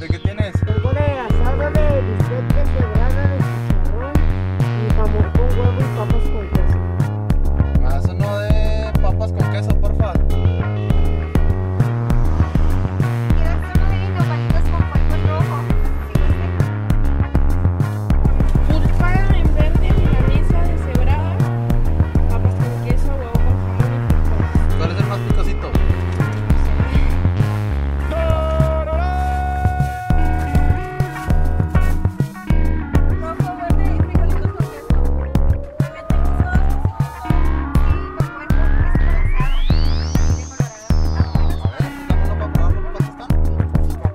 ¿De qué tienes? Tengo de asado de bistec de cebrada de chicharrón y jamón con huevo y papas con queso. Más uno Ah, de papas con queso, porfa. Quiero hacer uno de nopalitos con polvo rojo. Si gusta. Tulpan Pues en verde, milanesa deshebrada, papas con queso, huevo con jamón y frijoles. ¿Cuál es el más picosito? A Rojo, verde y frijolitos con queso. Le metemos dos y con puerco es colorado. ver, pues dame uno para probarlo, ¿cuántos están?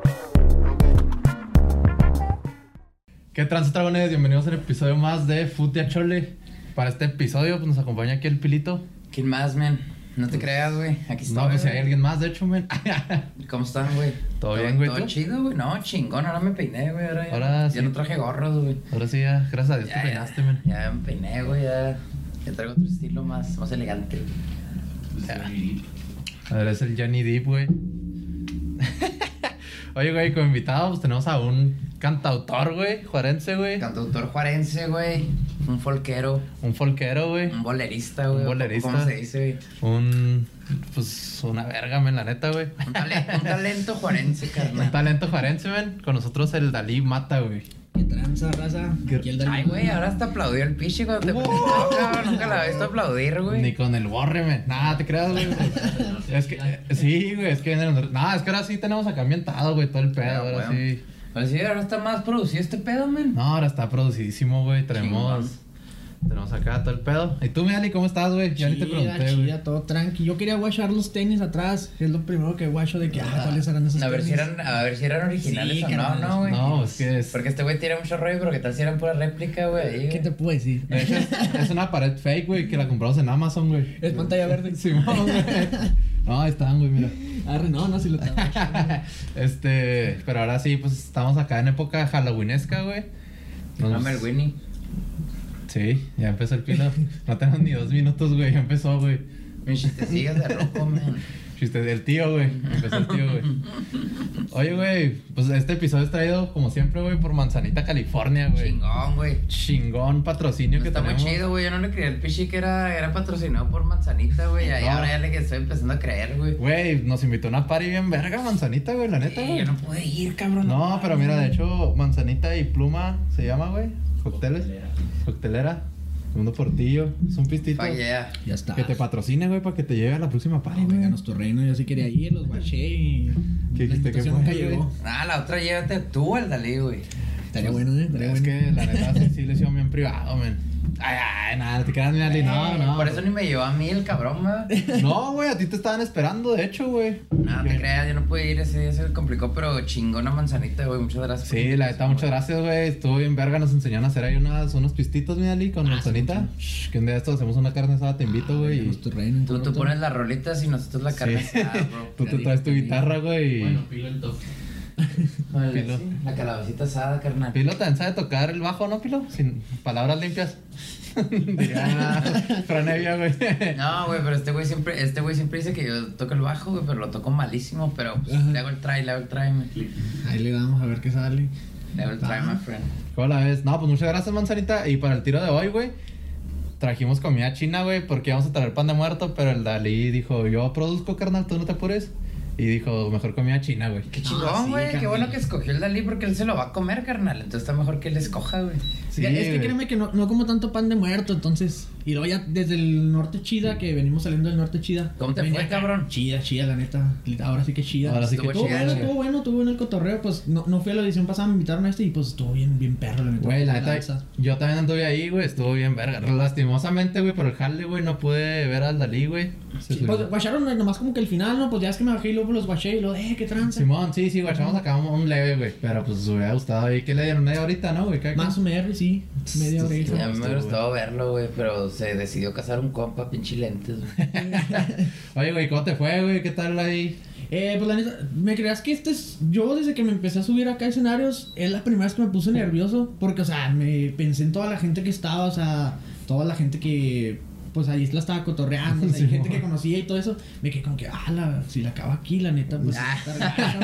¿Qué trans dragones? Bienvenidos a un episodio más de Futia Chole. Para este episodio pues, nos acompaña aquí el Pilito. ¿Quién más, men? No te creas, güey. Aquí estoy. No, pues si hay güey. alguien más, de hecho, men. ¿Cómo están, güey? ¿Todo bien, güey, Todo tú? chido, güey. No, chingón. Ahora me peiné, güey. Ahora, ya- Ahora ya, sí. no traje gorros, güey. Ahora sí, ya, gracias a Dios te peinaste, men. Ya me peiné, güey. Ya, ya traigo otro estilo más, más elegante. A ver, es el Johnny Deep, güey. Oye, güey, como invitado, pues tenemos a un cantautor, güey, juarense, güey. Cantautor juarense, güey. Un folquero. Un folquero, güey. Un bolerista, güey. Un bolerista. ¿Cómo se dice, güey? Un. Pues una verga, men, la neta, güey. Un, tale- un talento juarense, Un carnal. talento juarense, men. Con nosotros el Dalí Mata, güey. ¿Qué tranza, raza? Aquí el Ay, Dalí. güey, ahora hasta aplaudió el piche cuando te presentó, cabrón. Nunca la he visto aplaudir, ¡Oh! Ni güey. con el borre, men. Nada, te creas, güey. es que, eh, sí, güey, es que viene el... Nah, es que ahora sí tenemos acá ambientado, güey, todo el pedo, Ah, ahora güey. sí. Ahora sí, ahora está más producido este pedo, men. No, ahora está producidísimo, güey. Tenemos, tenemos acá todo el pedo. ¿Y tú, mi Ali, cómo estás, güey? Ya ni te Chida, pregunté, güey. chida, todo tranqui. Yo quería guachar los tenis atrás. Es lo primero que guacho de que, ah, ¿cuáles eran esos A ver, tenis? si eran, ah, a ver si eran originales Sí, o no, carnal. no, güey. No, es que es. Porque este güey tira mucho rollo, pero que tal si eran pura réplica, güey. ahí, ¿Qué güey. te puedo decir? De hecho, es, es una pared fake, güey, que la compramos en Amazon, güey. Es pantalla verde. Simón, güey. No, ahí están, güey, mira. Arre, no, no, si lo tengo. Este, pero ahora sí, pues estamos acá en época halloweenesca, güey. Nos- Dame el Winnie. Sí, ya empezó el pilo. No tenemos ni dos minutos, güey. Ya empezó, güey. Mis chistecillos de rojo, man. Chiste del tío, güey. Empezó el tío, güey. Oye, güey, pues este episodio es traído, como siempre, güey, por Manzanita, California, güey. Chingón, güey. Chingón patrocinio que Está muy tenemos. chido, güey. Yo no le creía al pichi que era, era patrocinado por Manzanita, güey. Ahí No. ahora ya le estoy empezando a creer, güey. Güey, nos invitó a una party bien verga, Manzanita, güey, la neta, Eh, güey. yo no pude ir, cabrón. No, pero mira, de hecho, Manzanita y Pluma se llama, güey. Cocteles. Coctelera. Segundo portillo. Es un pistito. Fallea. Ya está. Que te patrocine, güey, para que te lleve a la próxima Ah, party, güey. Vénganos tu reino, yo sí quería ir, los guaché y. ¿Qué la dijiste que invitación fue? nunca llegó. Ah, la otra llévate tú al Dalí, güey. Estaría bueno, ¿eh? Estaría Es bueno. que la neta sí, sí le hicieron bien privado, men. Ay, ay, nada, te quedas mirando y no, no. Eh, Por eso ni me llevó a mí el cabrón, güey. No, güey, a ti te estaban esperando, de hecho, güey. No, te creas, yo no pude ir, ese día se complicó, pero chingona manzanita, güey, muchas gracias. por Sí, la tu neta, invitación, muchas gracias, güey. Estuvo bien verga, nos enseñaron a hacer ahí unas, unos pistitos, mi Ali, Ah, con manzanita. Shh, Que un día de estos hacemos una carne asada, te invito, güey. y- Vénganos tu reino. güey. Tú, tú pones las rolitas y nosotros la carne Sí. asada, bro. Tú te traes tu guitarra, güey. y- Vale, Pilo. sí, La calabacita asada, carnal. Pilo también sabe tocar el bajo, ¿no, Pilo? Sin palabras limpias. Diría Fran Evia, güey. No, güey, pero este güey siempre, este güey siempre dice que yo toco el bajo, güey, pero lo toco malísimo, pero pues, Ajá. le hago el try, le hago el try, me- Ahí le damos a ver qué sale. le hago el try, Ah. my friend. ¿Cómo la ves? No, pues muchas gracias, manzanita. Y para el tiro de hoy, güey, trajimos comida china, güey, porque íbamos a traer pan de muerto, pero el Dalí dijo, yo produzco, carnal, tú no te apures. Y dijo, mejor comida china, güey. Qué Ah, chingón, sí, güey, qué carnal. bueno que escogió el Dalí porque él se lo va a comer, carnal, entonces está mejor que él escoja, güey. Sí, es que güey. créeme que no, no como tanto pan de muerto, entonces. Y luego ya desde el norte chida, que venimos saliendo del norte chida. ¿Cómo te venía fue, acá. cabrón? Chida, chida, la neta. Ahora sí que chida. Ahora sí que Estuvo Estuvo chida, bueno, güey. estuvo bueno, estuvo bueno el cotorreo. Pues no, no fui a la edición pasada, me invitaron a este y pues estuvo bien, bien perro. La neta. Güey, la neta, danza. yo también anduve ahí, güey, estuvo bien verga. Lastimosamente, güey, por el jale, güey, no pude ver al Dalí, güey. Se Sí, subió. pues guacharon nomás como que el final, ¿no? Pues ya es que me bajé y luego los guaché y luego, eh, qué tranza. Simón, sí, sí, güey, echamos acá un, un leve, güey. Pero pues hubiera gustado ahí que le dieron media ahorita, ¿no, güey? Cada Más o quien. menos, sí. Media Sí, a oreja. mí me Estuvo gustó verlo, güey, pero se decidió casar un compa, pinche lentes, güey. Oye, güey, ¿cómo te fue, güey? ¿Qué tal ahí? Eh, pues la neta, me creas que este es. Yo desde que me empecé a subir acá a escenarios, es la primera vez que me puse nervioso. Porque, o sea, me pensé en toda la gente que estaba, o sea, toda la gente que pues ahí la estaba cotorreando, o sea, hay gente que conocía y todo eso, me quedé como que, ah, la, si la acabo aquí, la neta, pues, Ah. está gacho,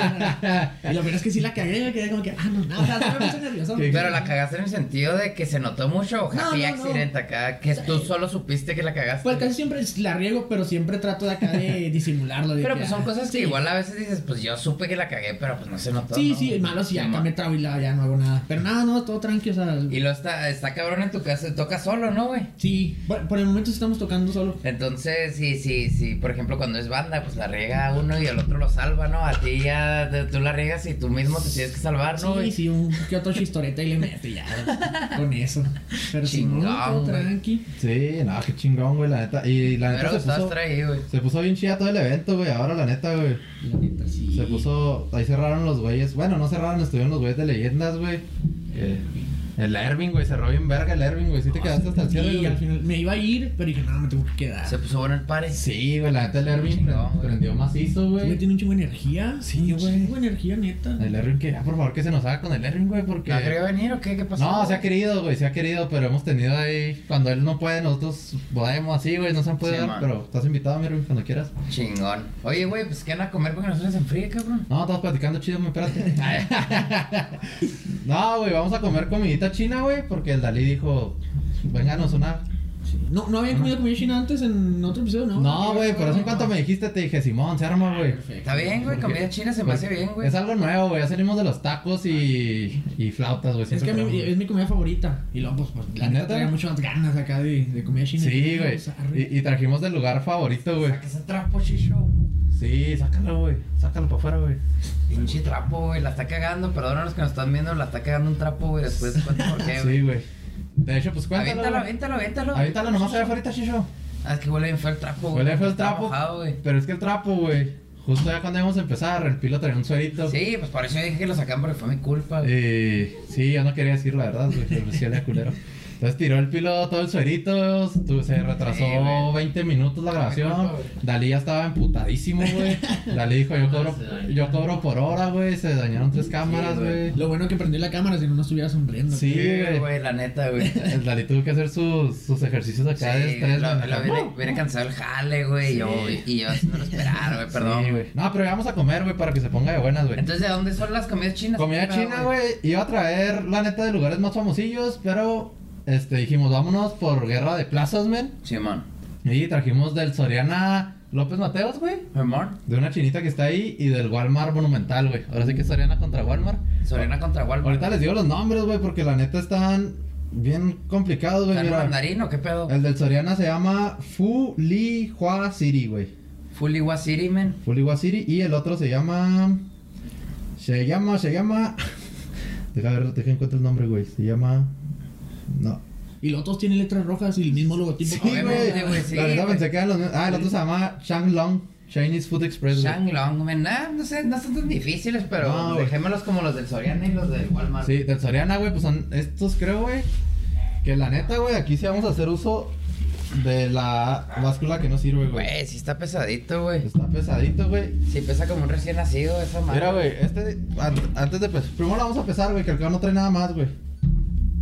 güey. y lo peor es que sí la cagué, me quedé como que, ah, no, nada, o sea, sí me puse nervioso. Sí, Pero la cagaste en el sentido de que se notó mucho o No, happy no, no. accident acá, que tú solo supiste que la cagaste. Pues casi siempre la riego, pero siempre trato de acá de disimularlo. de Pero que, pues ah, son cosas que sí. igual a veces dices, pues yo supe que la cagué, pero pues no se notó. Sí, ¿no? sí, malo si ya Sí, acá me trago y la- ya no hago nada. Pero nada, no, todo tranqui, o sea. Y lo está, está cabrón en tu casa, te toca solo, ¿no, güey? Sí, por, por el momento estamos tocando solo. Entonces, sí, sí, sí, por ejemplo, cuando es banda, pues la riega uno y el otro lo salva, ¿no? A ti ya te- tú la riegas y tú mismo te tienes que salvar, Ah, ¿no? güey? Sí, sí, un que otro chistoreta y le meto y ya con eso. Pero si no, Chingón, todo güey. tranqui. Sí, no, qué chingón, güey, la neta. Y la neta Pero se estás puso, traído, güey. se puso bien chida todo el evento, güey. Ahora, la neta, güey. La neta, sí. Se puso. Ahí cerraron los güeyes. Bueno, no cerraron, estuvieron los güeyes de leyendas, güey. Eh, el Erving, güey. Cerró bien verga el Erving, güey. Sí te quedaste hasta el cierre, Y al güey. final me iba a ir, pero dije, no, me tengo que quedar. Se puso bueno el pare. Sí, güey, la neta el Erving Chingón, prend- güey. prendió macizo, Este güey güey. tiene un chingo de energía. Sí, un güey. chingo de energía, neta. El Erving que, ah, por favor, que se nos haga con el Erving, güey, porque. ¿La quería venir o qué? ¿Qué pasó? No, se ha güey? querido, güey, se ha querido, pero hemos tenido ahí. Cuando él no puede, nosotros podemos así, güey, no se han podido Sí, dar, man. pero estás invitado, mi Erving, cuando quieras. Chingón. Oye, güey, pues ¿qué van a comer porque nosotros se enfríe, cabrón? No, estamos platicando chido, me espérate. no, güey, vamos a comer comidita china, güey, porque el Dalí dijo, vénganos una. No, no habían comido comida china antes en otro episodio, ¿no? No, güey, pero eso en cuanto me dijiste, te dije, Simón, se arma, güey. Está bien, güey, ¿Por qué? comida china se me pues, hace bien, güey. Es algo nuevo, güey, ya salimos de los tacos y, y flautas, güey. Es que siempre a mí- queremos. es mi comida favorita. Y luego, pues, pues la ¿Neta? neta tenía muchas ganas acá de, de comida china. Sí, güey. Pues, arre. Y, y trajimos del lugar favorito, güey. Saca ese trapo, chicho. Sí, sácalo, güey. Sácalo para afuera, güey. Pinche trapo, güey. La está cagando. Perdónanos que nos están viendo. La está cagando un trapo, güey. Después te cuento por qué, güey. Sí, güey. De hecho, pues cuéntalo. Eh, aviéntalo, güey. aviéntalo, aviéntalo. Aviéntalo, nomás allá afuera, chicho. Ah, es que huele bien feo el trapo, güey. Huele feo el Está trapo. mojado, güey. Pero es que el trapo, güey. Justo ya cuando íbamos a empezar, el pilo traía un suerito. Sí, pues por eso yo dije que lo sacan porque fue mi culpa, güey. Eh, sí, yo no quería decir la verdad, güey, pero sí era culero. Entonces tiró el pilo todo el suerito, estu- se retrasó Sí, güey. 20 minutos la grabación. culpa, güey. Dalí ya estaba emputadísimo, güey. Dalí dijo, yo cobro, yo cobro por hora, güey. Se dañaron tres cámaras, güey. Lo bueno que prendió la cámara, si no, no estuviera sonriendo. Sí, güey. güey, la neta, güey. El Dalí tuvo que hacer sus, sus ejercicios acá de Sí, estrés, lo, güey. lo viene, viene cansado el jale, güey. y Yo, y yo haciéndolo esperar, güey, perdón. Sí, güey. No, pero vamos a comer, güey, para que se ponga de buenas, güey. Entonces, ¿de dónde son las comidas chinas? Comida china, güey, iba a traer la neta de lugares más famosillos, pero este dijimos, vámonos por guerra de plazas, men. Simón. Y trajimos del Soriana López Mateos, güey. Simón. De una chinita que está ahí y del Walmart Monumental, güey. Ahora sí que es Soriana contra Walmart. Soriana contra Walmart. Ahorita les digo los nombres, güey, porque la neta están bien complicados, güey. ¿Están mira. mandarín o qué pedo? El del Soriana se llama Fu Li Hua City, güey. Fully Wasiri, men. Fuligua City y el otro se llama. Se llama, se llama. Deja ver, deja encuentro el nombre, güey. Se llama. No. Y los otros tienen letras rojas y el mismo logotipo. Ah, Sí, Obviamente, güey. güey, sí, la verdad güey. pensé que eran los mismos. Ah, el otro se llama Shanglong Chinese Food Express, Pues, güey. Shanglong, men. Ah, no sé, no son tan difíciles, pero No, güey. dejémoslos como los del Soriana y los del Walmart. Sí, del Soriana, güey, pues son estos, creo, güey. Que la neta, güey, aquí sí vamos a hacer uso de la báscula que no sirve, güey. Güey, sí está pesadito, güey. Está pesadito, güey. Sí pesa como un recién nacido esa Pues, madre. Mira, güey, este. an- Antes de. Pues, primero la vamos a pesar, güey, que el carro no trae nada más, güey.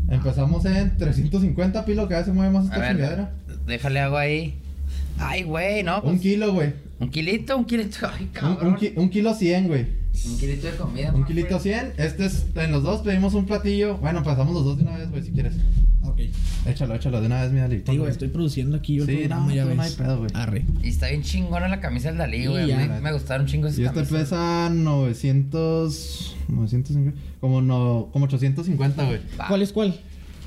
Empezamos en 350 pilo, que a veces mueve más A esta ver, chingadera. déjale algo ahí. Ay, güey, no. Un Pues, kilo, güey. un kilito, un kilito. Ay, cabrón. Un, un ki- un kilo 100, güey. Un kilito de comida. Un mamá, kilito güey. 100. Este es. En los dos pedimos un platillo. Bueno, pasamos los dos de una vez, güey, si quieres. Ok. Échalo, échalo de una vez, mira, Lee. Te digo, estoy produciendo aquí yo el Sí, programa, no, ya tú no ves. hay pedo, güey. Arre. Y está bien chingona la camisa del Dalí, Sí, güey. ya. me, me gustaron chingos Y este pesa 900. 950. Como, no, como 850, güey. ¿Cuál es cuál?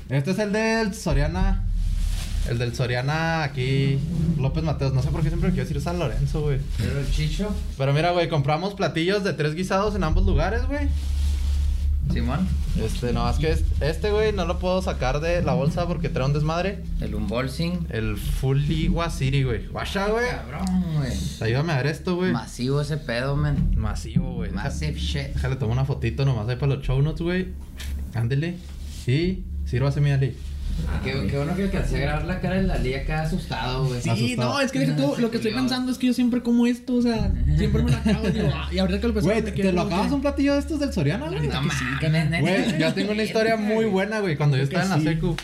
Este es el del Soriana. El del Soriana aquí, López Mateos. No sé por qué siempre quiero decir San Lorenzo, güey. Pero el chicho. Pero mira, güey, compramos platillos de tres guisados en ambos lugares, güey. Simón. Este, no, es que es- este, güey, no lo puedo sacar de la bolsa porque trae un desmadre. El unbolsing. El Fully Wasiri, güey. Guasha, güey. Cabrón, güey. Ayúdame a ver esto, güey. Masivo ese pedo, man. Masivo, güey. Massive shit. Déjale, tomo una fotito nomás ahí para los show notes, güey. Ándele. Sí, sírvase, mi Ali. Qué, qué bueno que alcancé a grabar la cara del Dalí acá asustado, güey. Sí, Asustado. no, es que deja tú, lo que estoy pensando es que yo siempre como esto, o sea, siempre me lo acabo. digo, ah, y ahorita que lo pensé, Güey, me ¿te, quedé te lo como acabas que- un platillo de estos del Soriana, güey? No mames, Güey, yo tengo una historia muy buena, güey. Cuando yo Creo que estaba en la sí. secu.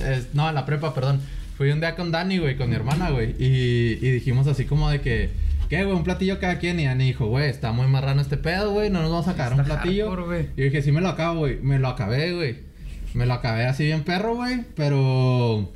eh, no, en la prepa, perdón. fui un día con Dani, güey, con mi hermana, güey. Y, y dijimos así como de que, ¿qué, güey? Un platillo cada quien. Y Dani dijo, güey, está muy marrano este pedo, güey. No nos vamos a cagar un Está platillo. hardcore, güey. y yo dije, sí me lo acabo, güey. Me lo acabé, güey. Me lo acabé así bien perro, güey. Pero.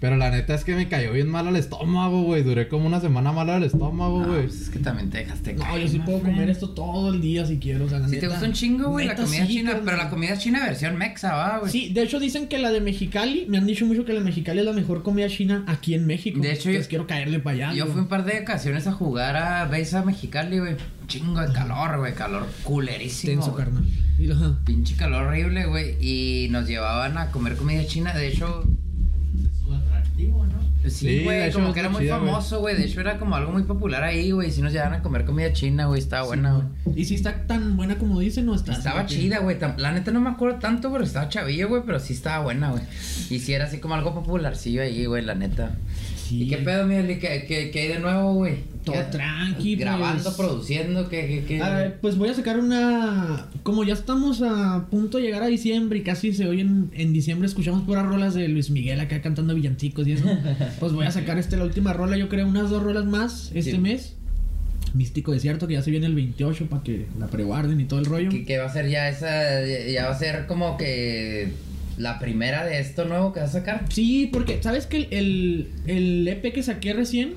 Pero la neta es que me cayó bien mal al estómago, güey. Duré como una semana mala al estómago, No, güey. pues es que también te dejaste No, caer, yo sí ¿no, puedo güey? comer esto todo el día si quiero. O sea, la Si te neta. gusta un chingo, güey, la Neta, comida sí, china, carnal. pero la comida china versión mexa, va, güey. Sí, de hecho dicen que la de Mexicali, me han dicho mucho que la de Mexicali es la mejor comida china aquí en México. De hecho, Entonces yo- quiero caerle para allá. Yo ¿no? fui un par de ocasiones a jugar a Besa Mexicali, güey. Chingo de calor, güey, calor culerísimo. Tenso, güey. carnal. Y lo- ajá. Pinche calor horrible, güey. Y nos llevaban a comer comida china. De hecho, Sí, Pues Sí, de güey, hecho, como es que era muy muy chida, güey. famoso, güey. De hecho, era como algo muy popular ahí, güey. Si nos llevaban a comer comida china, güey, estaba buena, güey. Y si está tan buena como dicen, no está. Estaba así que- chida, güey. tam- La neta no me acuerdo tanto, pero estaba chavillo, güey. Pero sí estaba buena, güey. Y sí era así como algo popularcillo ahí, güey, la neta. Sí. ¿Y qué pedo, Miguel? ¿Qué, qué, qué hay de nuevo, güey? Todo ¿Qué- tranqui, pues. Grabando, produciendo, ¿qué, qué, qué? A ver, pues voy a sacar una. Como ya estamos a punto de llegar a diciembre y casi se oye en, en diciembre, escuchamos puras rolas de Luis Miguel acá cantando villancicos y eso. Pues voy a sacar este, la última rola, yo creo, unas dos rolas más este Sí. mes. Místico Desierto, que ya se viene el 28 para que la preguarden y todo el rollo. ¿Qué, qué va a ser ya esa? Ya ya va a ser como que la primera de esto nuevo que vas a sacar. Sí, porque, ¿sabes que el, el, el EP que saqué recién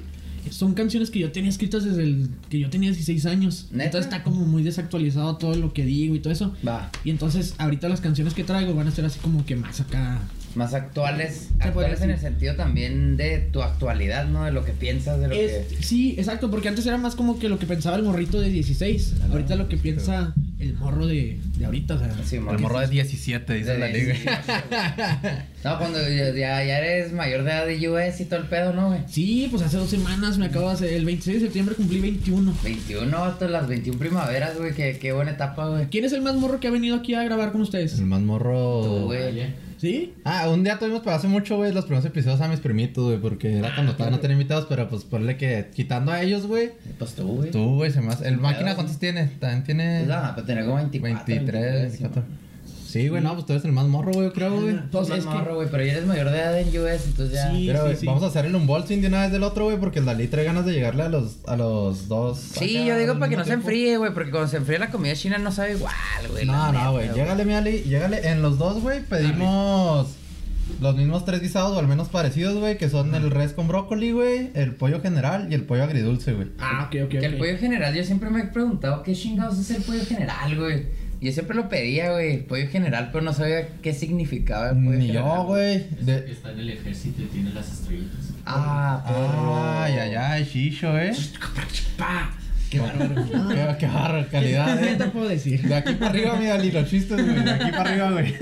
son canciones que yo tenía escritas desde el, que yo tenía 16 años? ¿Neta? Entonces está como muy desactualizado todo lo que digo y todo eso. Va. Y entonces ahorita las canciones que traigo van a ser así como que más acá. Más actuales. Se puede Actuales en el decir. sentido también de tu actualidad, ¿no? De lo que piensas, de lo Es- que. sí, exacto, porque antes era más como que lo que pensaba el morrito de 16. ahorita lo que piensa el morro de, de ahorita, o sea. Sí, El morro de 17, dice Eh, la liga. No, cuando ya, ya ya eres mayor de edad de US y todo el pedo, ¿no, güey? Sí, pues hace dos semanas me acabo de hacer. El 26 de septiembre cumplí 21. 21, hasta las 21 primaveras, güey. Qué, qué buena etapa, güey. ¿Quién es el más morro que ha venido aquí a grabar con ustedes? El Mm. más morro. Tú, güey. ¿Sí? Ah, un día tuvimos, pero hace mucho, güey, los primeros episodios a mis primitos, güey, porque era cuando todavía no tenía invitados, pero pues ponle que quitando a ellos, güey. Pues tú, güey. Tú, güey, se me hace. ¿El máquina Claro. cuántos tiene? También tiene. No, pues tenía como 24. 23, 24. sí, Sí, güey, no, pues tú eres el más morro, güey, yo creo, güey. Ah, Pues Pues es que- morro, güey, pero ya eres mayor de edad en US, entonces ya. Sí. Pero, güey, sí. vamos a hacer el unboxing de una vez del otro, güey, porque el Dalí trae ganas de llegarle a los, a los dos. Sí, acá yo digo al para que mismo no se tiempo. enfríe, güey, porque cuando se enfríe la comida china no sabe igual, güey. No, la neta, no, güey. Llégale, mi Ali. Llégale. En los dos, güey, pedimos los mismos tres guisados, o al menos parecidos, güey, que son el res con brócoli, güey, el pollo general y el pollo agridulce, güey. Ah, ok, ok, Que el ok. pollo general, yo siempre me he preguntado qué chingados es el pollo general, güey. Yo siempre lo pedía, güey, pollo general, pero no sabía qué significaba el pollo Ni general. yo, güey. De- Está en el ejército y tiene las estrellitas. Ah, perro. Ay, ay, ay, chicho, eh. Pa. Qué bárbaro. Qué bárbaro, calidad, ¿Qué eh. te puedo decir? De aquí para arriba, mi Ali, los chistes, güey. De aquí para arriba, güey.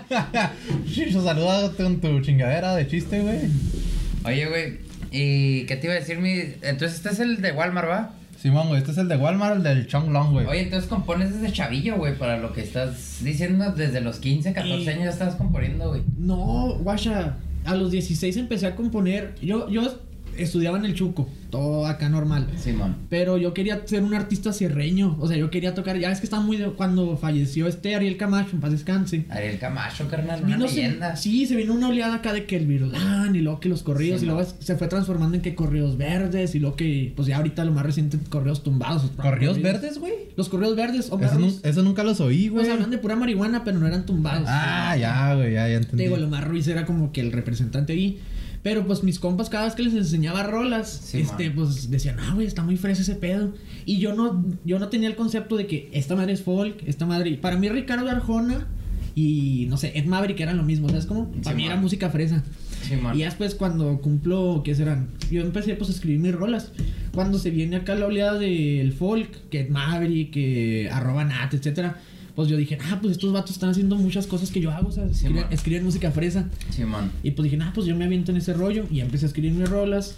Chicho, saludado con tu chingadera de chiste, güey. Oye, güey, ¿y qué te iba a decir mi...? Entonces este es el de Walmart, ¿va? Simón, güey, este es el de Walmart, el del Chong Long, güey. Oye, entonces compones desde chavillo, güey, para lo que estás diciendo desde los 15, 14 años ya estás componiendo, güey. No, guacha, a los 16 empecé a componer. Yo, yo estudiaba en el Chuco, todo acá normal. Simón. Pero yo quería ser un artista sierreño. O sea, yo quería tocar. Ya es que estaba muy. de- cuando falleció este Ariel Camacho, en paz descanse. Ariel Camacho, carnal, Ah, una Vino se- leyenda. sí, se vino una oleada acá de que el virulán y luego que los corridos Sí, y man. luego se fue transformando en que corridos verdes y luego que, pues ya ahorita lo más reciente, corridos tumbados. ¿Corridos verdes, güey? Los corridos verdes, o Eso, más. nu- eso nunca los oí, güey. Pues hablan de pura marihuana, pero no eran tumbados. Ah, ya, güey, ya, ya Te entendí. digo, Lomar Ruiz era como que el representante ahí. Pero pues mis compas, cada vez que les enseñaba rolas, Sí, este, man. pues decían, ah, güey, está muy fresa ese pedo. Y yo no, yo no tenía el concepto de que esta madre es folk, esta madre. Para mí, Ricardo Arjona y no sé, Ed Maverick eran lo mismo. O sea, es como, para Sí, mí man. era música fresa. Simón. Y ya después cuando cumplo, ¿qué serán? Yo empecé pues a escribir mis rolas. Cuando se viene acá la oleada del folk, que es Maverick, que arroba Nat, etcétera, pues yo dije, ah, pues estos vatos están haciendo muchas cosas que yo hago, o sea, Sí, escriben, man. escriben música fresa. Simón. Y pues dije, ah, pues yo me aviento en ese rollo y ya empecé a escribir mis rolas.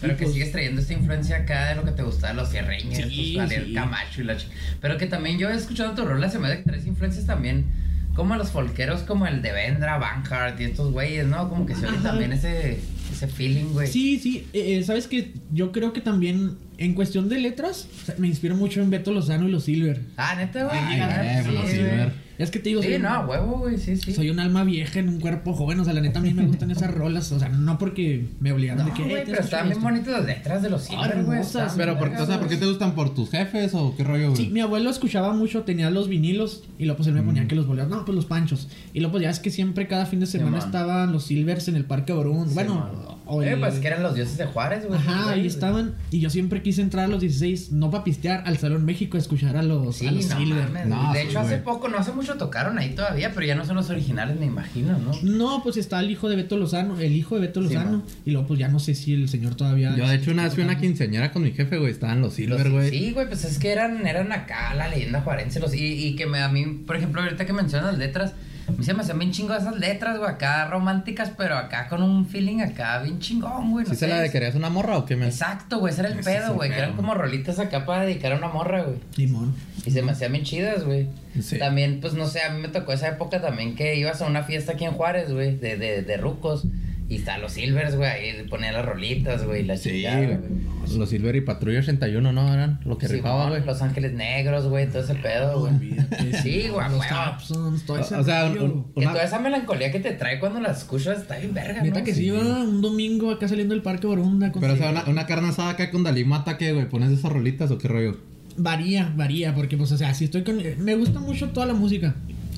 Pero Y, que pues, sigues trayendo esta influencia acá de lo que te gustaba, los cierreños, Sí, pues, Ariel sí. Camacho y la chi- Pero que también yo he escuchado tu rola, se me hace que traes influencias también como a los folqueros, como el de Vendra, Banhart y estos güeyes, ¿no? Como que se oye Ajá. también ese, ese feeling, güey. Sí, sí, eh, eh, sabes que yo creo que también en cuestión de letras o sea, me inspiro mucho en Beto Lozano y los Silver. Ah, neta, güey. Ay, Ah, güey, sí, pues, los güey. Silver. Es que te digo, Sí, soy un- no, a huevo, güey, sí, sí. soy un alma vieja en un cuerpo joven. O sea, la neta a mí me gustan esas rolas. O sea, no porque me obligaron No, de que. "Eh, güey, tienes que pero escuchar están bien esto". bonitas las letras de los Silver, güey. hermosas, están Pero, por, vergas, o sea, ¿por qué te gustan? ¿Por tus jefes o qué rollo, güey? Sí, mi abuelo escuchaba mucho, tenía los vinilos y luego pues él me ponía que los boleros, no, pues los panchos. Y luego pues ya es que siempre cada fin de semana Simón. estaban los silvers en el Parque Borún. Sí, bueno, mano. o Eh, el- pues que eran los dioses de Juárez, güey. Ajá, ahí estaban. Y yo siempre quise entrar a los 16, no para pistear, al Salón México a escuchar a los, Sí, a los no Silver. mames, No, güey. de sí, hecho, hace güey. poco, no hace mucho tocaron ahí todavía, pero ya no son los originales, me imagino, ¿no? No, pues está el hijo de Beto Lozano, el hijo de Beto Sí, Lozano. man. y luego pues ya no sé si el señor todavía... Yo, de hecho, una vez fui a una quinceañera con mi jefe, güey. Estaban los Silver, güey. Sí, güey, pues es que eran, eran acá la leyenda juarense. Los, y, y que me, a mí, por ejemplo, ahorita que mencionas las letras, a mí se me hacen bien chingo esas letras, güey, acá románticas, pero acá con un feeling acá bien chingón, güey. no ¿Sí se sé, la de es- querías una morra o qué, men? Exacto, güey, ese era el Ese es pedo, el güey, que pedo. eran como rolitas acá para dedicar a una morra, güey. Simón. Y se me hacían bien chidas, güey. Sí. También, pues no sé, a mí me tocó esa época también que ibas a una fiesta aquí en Juárez, güey, de, de, de rucos. Y estaban los silvers, güey, ahí ponían las rolitas, güey, y la Sí, chingada, güey. Los Silver y Patrulla 81, ¿no? Eran lo que Ah, Sí, rifaba, güey, güey. Los Ángeles Negros, güey, todo ese pedo, güey. Sí, güey, Los güey. Tapsons, todo ese Pues, ah, O sea, un- rollo. un- Que una- toda esa melancolía que te trae cuando la escuchas está bien verga, Neta ¿no? que sí, iba un domingo acá saliendo del Parque Borunda. con- Pero, o sea, una, una carne asada acá con Dalimata, ¿qué, güey? ¿Pones esas rolitas o qué rollo? Varía, varía, porque pues, o sea, si estoy con... Me gusta mucho toda la música.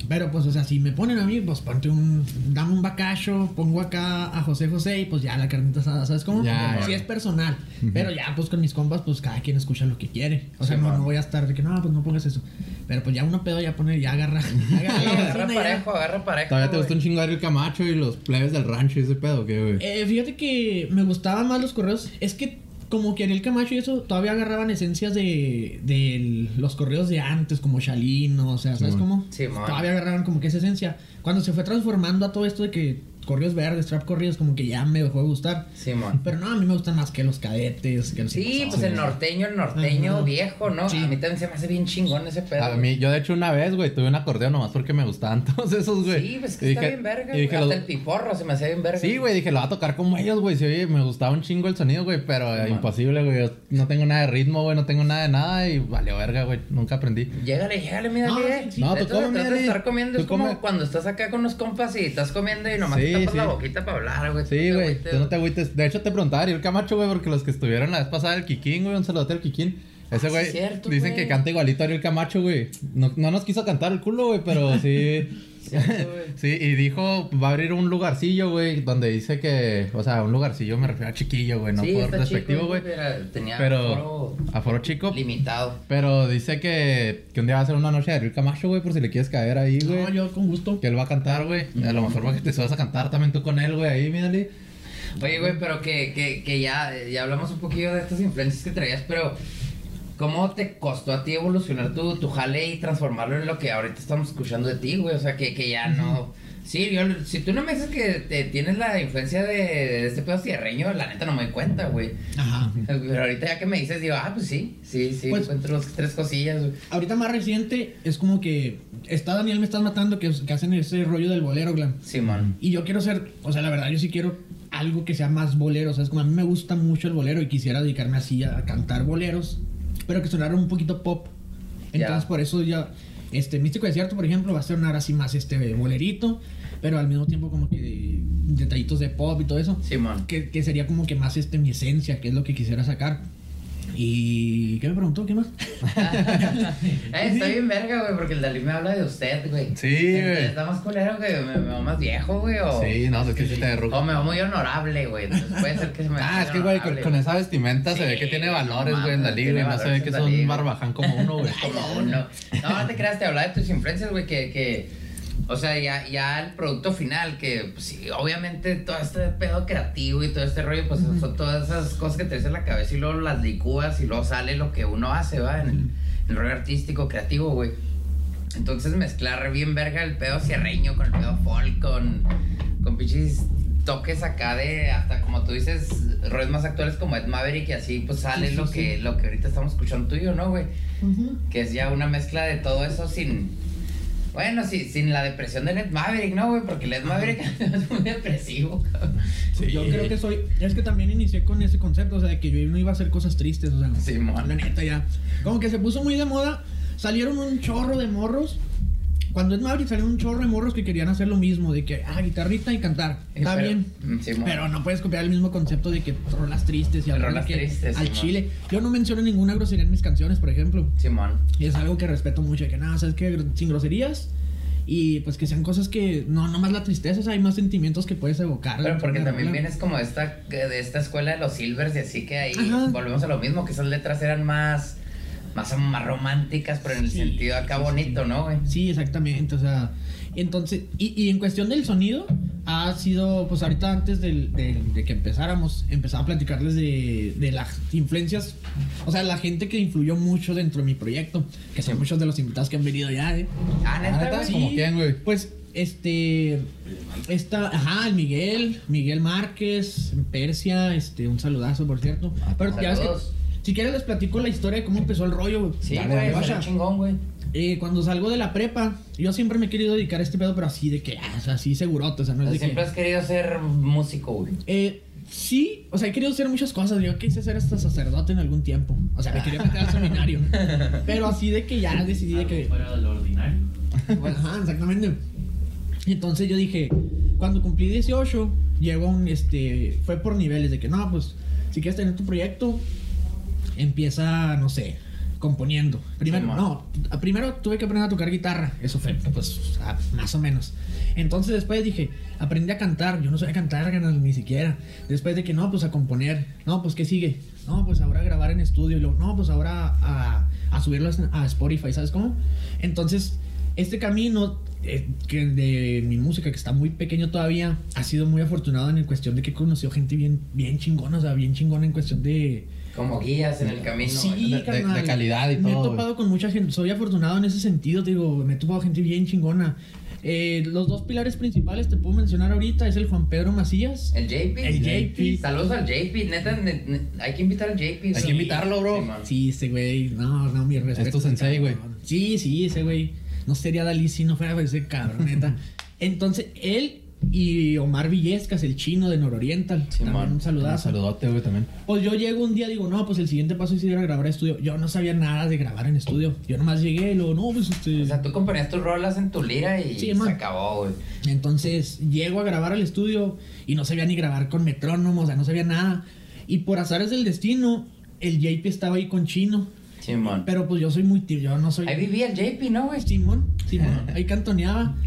Pero pues, o sea, si me ponen a mí, pues ponte un... Dame un bacacho, pongo acá a José José y pues ya la carnita asada, ¿sabes cómo? Ya, si ya. es personal. Ujú. Pero ya, pues con mis compas, pues cada quien escucha lo que quiere. O sea, Sí, no, va. no voy a estar de que no, pues no pongas eso. Pero pues ya uno pedo ya pone, ya agarra. agarra, Sí, la agarra bocina y ya. parejo, agarra parejo. ¿Todavía te gusta güey. un chingo el Camacho y los plebes del rancho y ese pedo, qué, güey? Eh, fíjate que me gustaban más los correos. Es que como que Ariel Camacho y eso todavía agarraban esencias de, de el- los correos de antes, como Chalino, o sea, ¿sabes Simón. cómo? Simón. todavía agarraban como que esa esencia. Cuando se fue transformando a todo esto de que correos verdes, trap corridos, como que ya me dejó de gustar. Simón. Pero no, a mí me gustan más que los cadetes, que los Sí, Pasados. pues el norteño, el norteño Ajá. viejo, ¿no? Sí. A mí también se me hace bien chingón ese pedo. A güey. mí, yo de hecho una vez, güey, tuve un acordeón nomás porque me gustaban todos esos, güey. Sí, pues que Y está dije- bien verga, y güey. dije, Hasta lo- el piporro se me hace bien verga. Sí, güey, dije, lo va a tocar como ellos, güey. Sí, oye, me gustaba un chingo el sonido, güey, pero eh, imposible, güey. Yo no tengo nada de ritmo, güey, no tengo nada de nada y valió verga, güey. Nunca aprendí. Llégale, llégale, mira, No, mira. sí, sí. No, tú De eso se come, trata mira, de estar comiendo. tú Es como come. cuando estás acá con unos compas y estás comiendo y nomás Sí, te tapas sí. la boquita para hablar, güey. Sí, te güey, agüites, tú no te agüites. De hecho, te preguntaba Ariel Camacho, güey, porque los que estuvieron la vez pasada, el Kikín, güey, un saludote al Kikín. Ese Ah, sí, güey, cierto, dicen güey. que canta igualito a Ariel Camacho, güey. No, no nos quiso cantar el culo, güey, pero sí. Cierto, güey. sí, y dijo, va a abrir un lugarcillo, güey, donde dice que. O sea, un lugarcillo me refiero a chiquillo, güey, no sí, por está despectivo, chico, güey. pero Tenía Pero. foro Aforo chico. limitado. Pero dice que, que un día va a ser una noche de Ariel Camacho, güey, por si le quieres caer ahí, güey. No, yo con gusto. Que él va a cantar, güey. A lo mejor va que te vas a cantar también tú con él, güey, ahí, mírale. Oye, güey, pero que, que, que ya, ya hablamos un poquillo de estas influencias que traías, pero ¿cómo te costó a ti evolucionar tu, tu jale y transformarlo en lo que ahorita estamos escuchando de ti, güey? O sea, que, que ya no... Sí, yo, si tú no me dices que te tienes la influencia de, de este pedo sierreño, la neta no me doy cuenta, güey. Ah. Ajá. Pero ahorita ya que me dices, digo, ah, pues sí, sí, sí, Pues- encuentro dos, tres cosillas, güey. Ahorita más reciente es como que está Daniel me estás matando que, que hacen ese rollo del bolero, glam. Simón. Y yo quiero ser, o sea, la verdad, yo sí quiero algo que sea más bolero. O sea, es como a mí me gusta mucho el bolero y quisiera dedicarme así a cantar boleros, pero que sonaran un poquito pop. Entonces, Ya. por eso ya, este Místico Desierto, por ejemplo, va a sonar así más este bolerito, pero al mismo tiempo como que detallitos de pop y todo eso Simón. que, que sería como que más este mi esencia, que es lo que quisiera sacar. Y ¿qué me preguntó? ¿Qué más? Eh, está bien verga, güey, porque el Dalí me habla de usted, güey. Sí, güey. Entonces, Está más culero, güey, me, me veo más viejo, güey, o... Sí, no, es que sí te derruca. O me veo muy honorable, güey. Entonces puede ser que se me Ah, haga es que, güey, con, honorable, con esa vestimenta Sí, se ve que tiene no valores, güey, mames, en la liga, güey. tiene No se ve valores que en es la un liga. barbaján como uno, güey. Como uno. No, no te creas, te hablaba de tus influencias, güey, que, que... O sea, ya, ya el producto final, que pues, sí, obviamente todo este pedo creativo y todo este rollo, pues son todas esas cosas que te dicen en la cabeza y luego las licúas y luego sale lo que uno hace, va, en el, en el rollo artístico, creativo, güey. Entonces mezclar bien verga el pedo cierreño con el pedo folk, con, con pinches toques acá de hasta como tú dices, roles más actuales como Ed Maverick y así pues sale lo que lo que ahorita estamos escuchando tuyo, ¿no, güey? Que es ya una mezcla de todo eso sin bueno, sí, sin la depresión de Ed Maverick, ¿no, güey? Porque el Ed Maverick es muy depresivo, cabrón. Yo creo que soy, es que también inicié con ese concepto, o sea, de que yo no iba a hacer cosas tristes, o sea, Simón. la neta ya. Como que se puso muy de moda, salieron un chorro de morros Cuando es Maverick salieron un chorro de morros que querían hacer lo mismo, de que, ah, guitarrita y cantar. Está Pero- bien. Mm, sí, mo. Pero no puedes copiar el mismo concepto de que rolas tristes y hablar de Rolas que tristes, al Simón. chile. Yo no menciono ninguna grosería en mis canciones, por ejemplo. Simón. Y es algo que respeto mucho, de que nada, sabes que sin groserías y pues que sean cosas que no no más la tristeza, o sea, hay más sentimientos que puedes evocar. Pero porque Una también rola. vienes como de esta, de esta escuela de los Silvers y así que ahí Ajá. volvemos a lo mismo, que esas letras eran más, más, más románticas, pero en el Sí, sentido acá sí, sí. bonito, ¿no, güey? Sí, exactamente, o sea, entonces, y, y en cuestión del sonido, ha sido, pues ahorita antes del- del- de que empezáramos, empezaba a platicarles de, de las influencias, o sea, la gente que influyó mucho dentro de mi proyecto, que son muchos de los invitados que han venido ya, ¿eh? Ah, La neta, neta, güey. como quién, güey. Pues, este, esta, ajá, el Miguel, Miguel Márquez, en Persia, este, un saludazo, por cierto. Pero ya ves Ah, que- Saludos. si quieres les platico la historia de cómo empezó el rollo, güey. Sí, Dale, güey, está dale, vaya. chingón, güey. Eh, cuando salgo de la prepa, yo siempre me he querido dedicar a este pedo, pero así de que, ah, o sea, así segurote, o sea, no es de que... Siempre has querido ser músico, güey. Eh, sí, o sea, he querido hacer muchas cosas. Yo quise ser hasta sacerdote en algún tiempo. O sea, me quería meter al seminario. Pero así de que ya decidí de Algo que... fuera de lo ordinario. Bueno, ajá, exactamente. Entonces yo dije, cuando cumplí 18, llegó un, este, fue por niveles de que, no, pues, si quieres tener tu proyecto, empieza, no sé, componiendo. Primero, Simón. no, a- primero tuve que aprender a tocar guitarra, eso fue, pues, a- más o menos. Entonces después dije, aprendí a cantar, yo no sabía cantar carnal, ni siquiera. Después de que, no, pues a componer, no, pues, ¿qué sigue? No, pues ahora a grabar en estudio, y luego, no, pues ahora a, a subirlo a a Spotify, ¿sabes cómo? Entonces, este camino eh, que de mi música, que está muy pequeño todavía, ha sido muy afortunado en cuestión de que he conocido gente bien, bien chingona, o sea, bien chingona en cuestión de... Como guías en el camino. Sí, güey. de- de- carnal. de calidad y Me he todo, topado con mucha gente, soy afortunado en ese sentido, te digo, me he topado gente bien chingona. Eh, los dos pilares principales te puedo mencionar ahorita es el Juan Pedro Macías. El JP. El JP. Saludos al JP. Neta, ne- ne- hay que invitar al JP. Hay que invitarlo, bro. Sí, ese güey, no, no, mi respeto. tu sensei, güey. Sí, sí, ese güey. No sería Dalí si no fuera ese cabrón, neta. Entonces, él y Omar Villescas, el chino de Nororiental. Sí, también man. un Un saludazo. saludote, güey, también. Pues yo llego un día digo, no, pues el siguiente paso es ir a grabar a estudio. Yo no sabía nada de grabar en estudio. Yo nomás llegué y luego, no, pues este. O sea, tú componías tus rolas en tu lira y Sí, man. se acabó, güey. Entonces llego a grabar al estudio y no sabía ni grabar con metrónomo, o sea, no sabía nada. Y por azares del destino, el JP estaba ahí con chino. Simón. Pero pues yo soy muy tío, yo no soy. Ahí vivía el JP, ¿no, güey? Simón, Simón, ahí cantoneaba.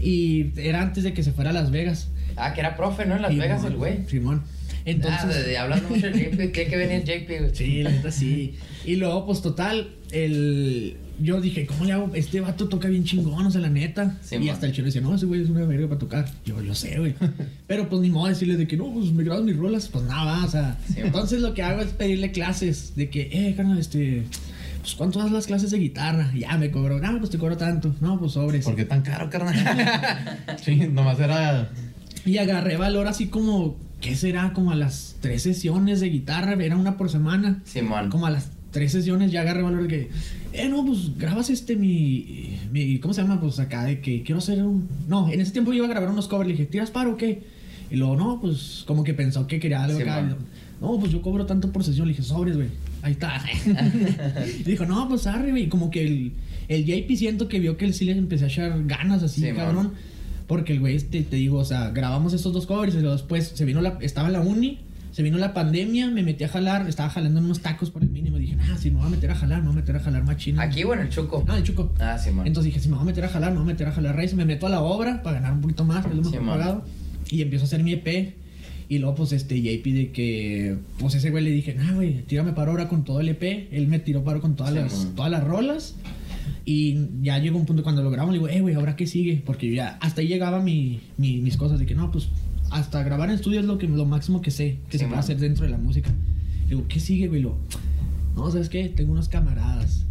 Y era antes de que se fuera a Las Vegas. Ah, que era profe, ¿no? En Las Simón, Vegas, el güey. Simón. Entonces. ah, de, de- hablando mucho del JP, tiene que venir JP, güey. Sí, la neta sí. Y luego, pues total, el. Yo dije, ¿cómo le hago? Este vato toca bien chingón, o sea, la neta. Sí, y man. hasta el chino decía, no, ese güey es una verga para tocar. Yo, yo sé, güey. Pero pues ni modo de decirle de que no, pues me grabas mis rolas, pues nada, o sea. Sí, man. entonces lo que hago es pedirle clases de que, eh, carnal, este. Pues cuánto das las clases de guitarra. Y ya me cobró, no, pues te cobro tanto. No, pues sobres. ¿Por qué tan caro, carnal? sí, nomás era. Y agarré valor así como, ¿qué será? Como a las tres sesiones de guitarra, era una por semana. Simón. como a las tres sesiones ya agarré valor de que, eh, no, pues grabas este mi, mi, ¿cómo se llama? Pues acá de que quiero hacer un... No, en ese tiempo yo iba a grabar unos covers, le dije, ¿tiras paro o qué? Y luego, no, pues como que pensó que quería algo Sí, acá. man. No, pues yo cobro tanto por sesión, le dije, sobres, güey. Ahí está. Y dijo, no, pues arre, güey. Y Como que el, el JP siento que vio que él sí le empecé a echar ganas así, Sí, man. cabrón. Porque el güey, este, te digo, o sea, grabamos esos dos covers y luego después se vino la, estaba en la uni, se vino la pandemia, me metí a jalar, estaba jalando unos tacos por el mínimo. Dije, ah, si me voy a meter a jalar, me voy a meter a jalar más chino. Aquí, bueno, el Chuco. Ah, el chuco. Ah, Simón. Entonces dije, si me voy a meter a jalar, me voy a meter a jalar raíz, me meto a la obra para ganar un poquito más, que es lo Sí, mejor man. pagado. Y empiezo a hacer mi EP. Y luego, pues, este JP de que, pues, ese güey le dije, nah, güey, tírame para obra con todo el EP. Él me tiró paro con todas, Sí, las, man. todas las rolas. Y ya llegó un punto cuando lo grabamos, le digo, eh, güey, ¿ahora qué sigue? Porque yo ya, hasta ahí llegaba mi, mi- mis cosas de que, no, pues, hasta grabar en estudio es lo, que, lo máximo que sé, Sí, que se puede man. hacer dentro de la música. Le digo, ¿qué sigue, güey? Lo, no, ¿sabes qué? Tengo unos camaradas.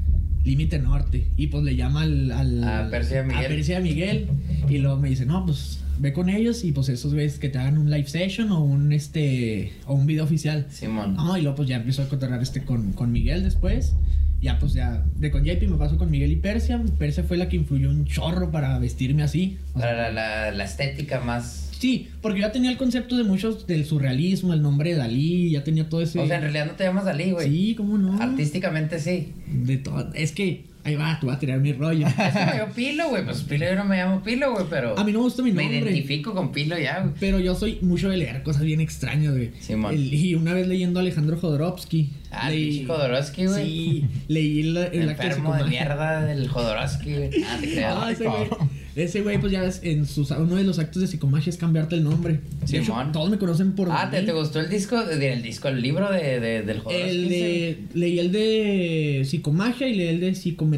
Límite Norte. Y pues le llama al... al A Percy y a Miguel. Percy y a Miguel. Y luego me dice, no, pues ve con ellos y pues esos güeyes que te hagan un live session o un este... O un video oficial. Simón. No, y luego pues ya empiezo a cotorrear este con, con Miguel después. Ya pues ya de con JP me paso con Miguel y Persia. Persia fue la que influyó un chorro para vestirme así. O sea, Para la, la, la estética más. Sí, porque yo ya tenía el concepto de muchos del surrealismo, el nombre de Dalí, ya tenía todo ese... O sea, en realidad no te llamas Dalí, güey. Sí, cómo no. Artísticamente sí. De todo. Es que Ahí va, tú vas a tirar mi rollo. Es como yo Pilo, güey. Pues Pilo yo no me llamo Pilo, güey, pero. A mí no me gusta mi me nombre. identifico con Pilo ya, güey. Pero yo soy mucho de leer cosas bien extrañas, güey. Simón. El- y una vez leyendo a Alejandro Jodorowsky. Ah, el leí- pinche Jodorowsky, güey. Sí, leí la, El la enfermo de clasicomagia. mierda del Jodorowsky, güey. Ah, te creas. Ah, Ay, ese güey. cabrón. Ese güey, pues ya ves, en sus, uno de los actos de psicomagia es cambiarte el nombre. De hecho, Simón. todos me conocen por. Ah, ¿te, Daniel. te gustó el disco? de- El disco, el libro de, de- del Jodorowsky. El ese? de, leí el de psicomagia y leí el de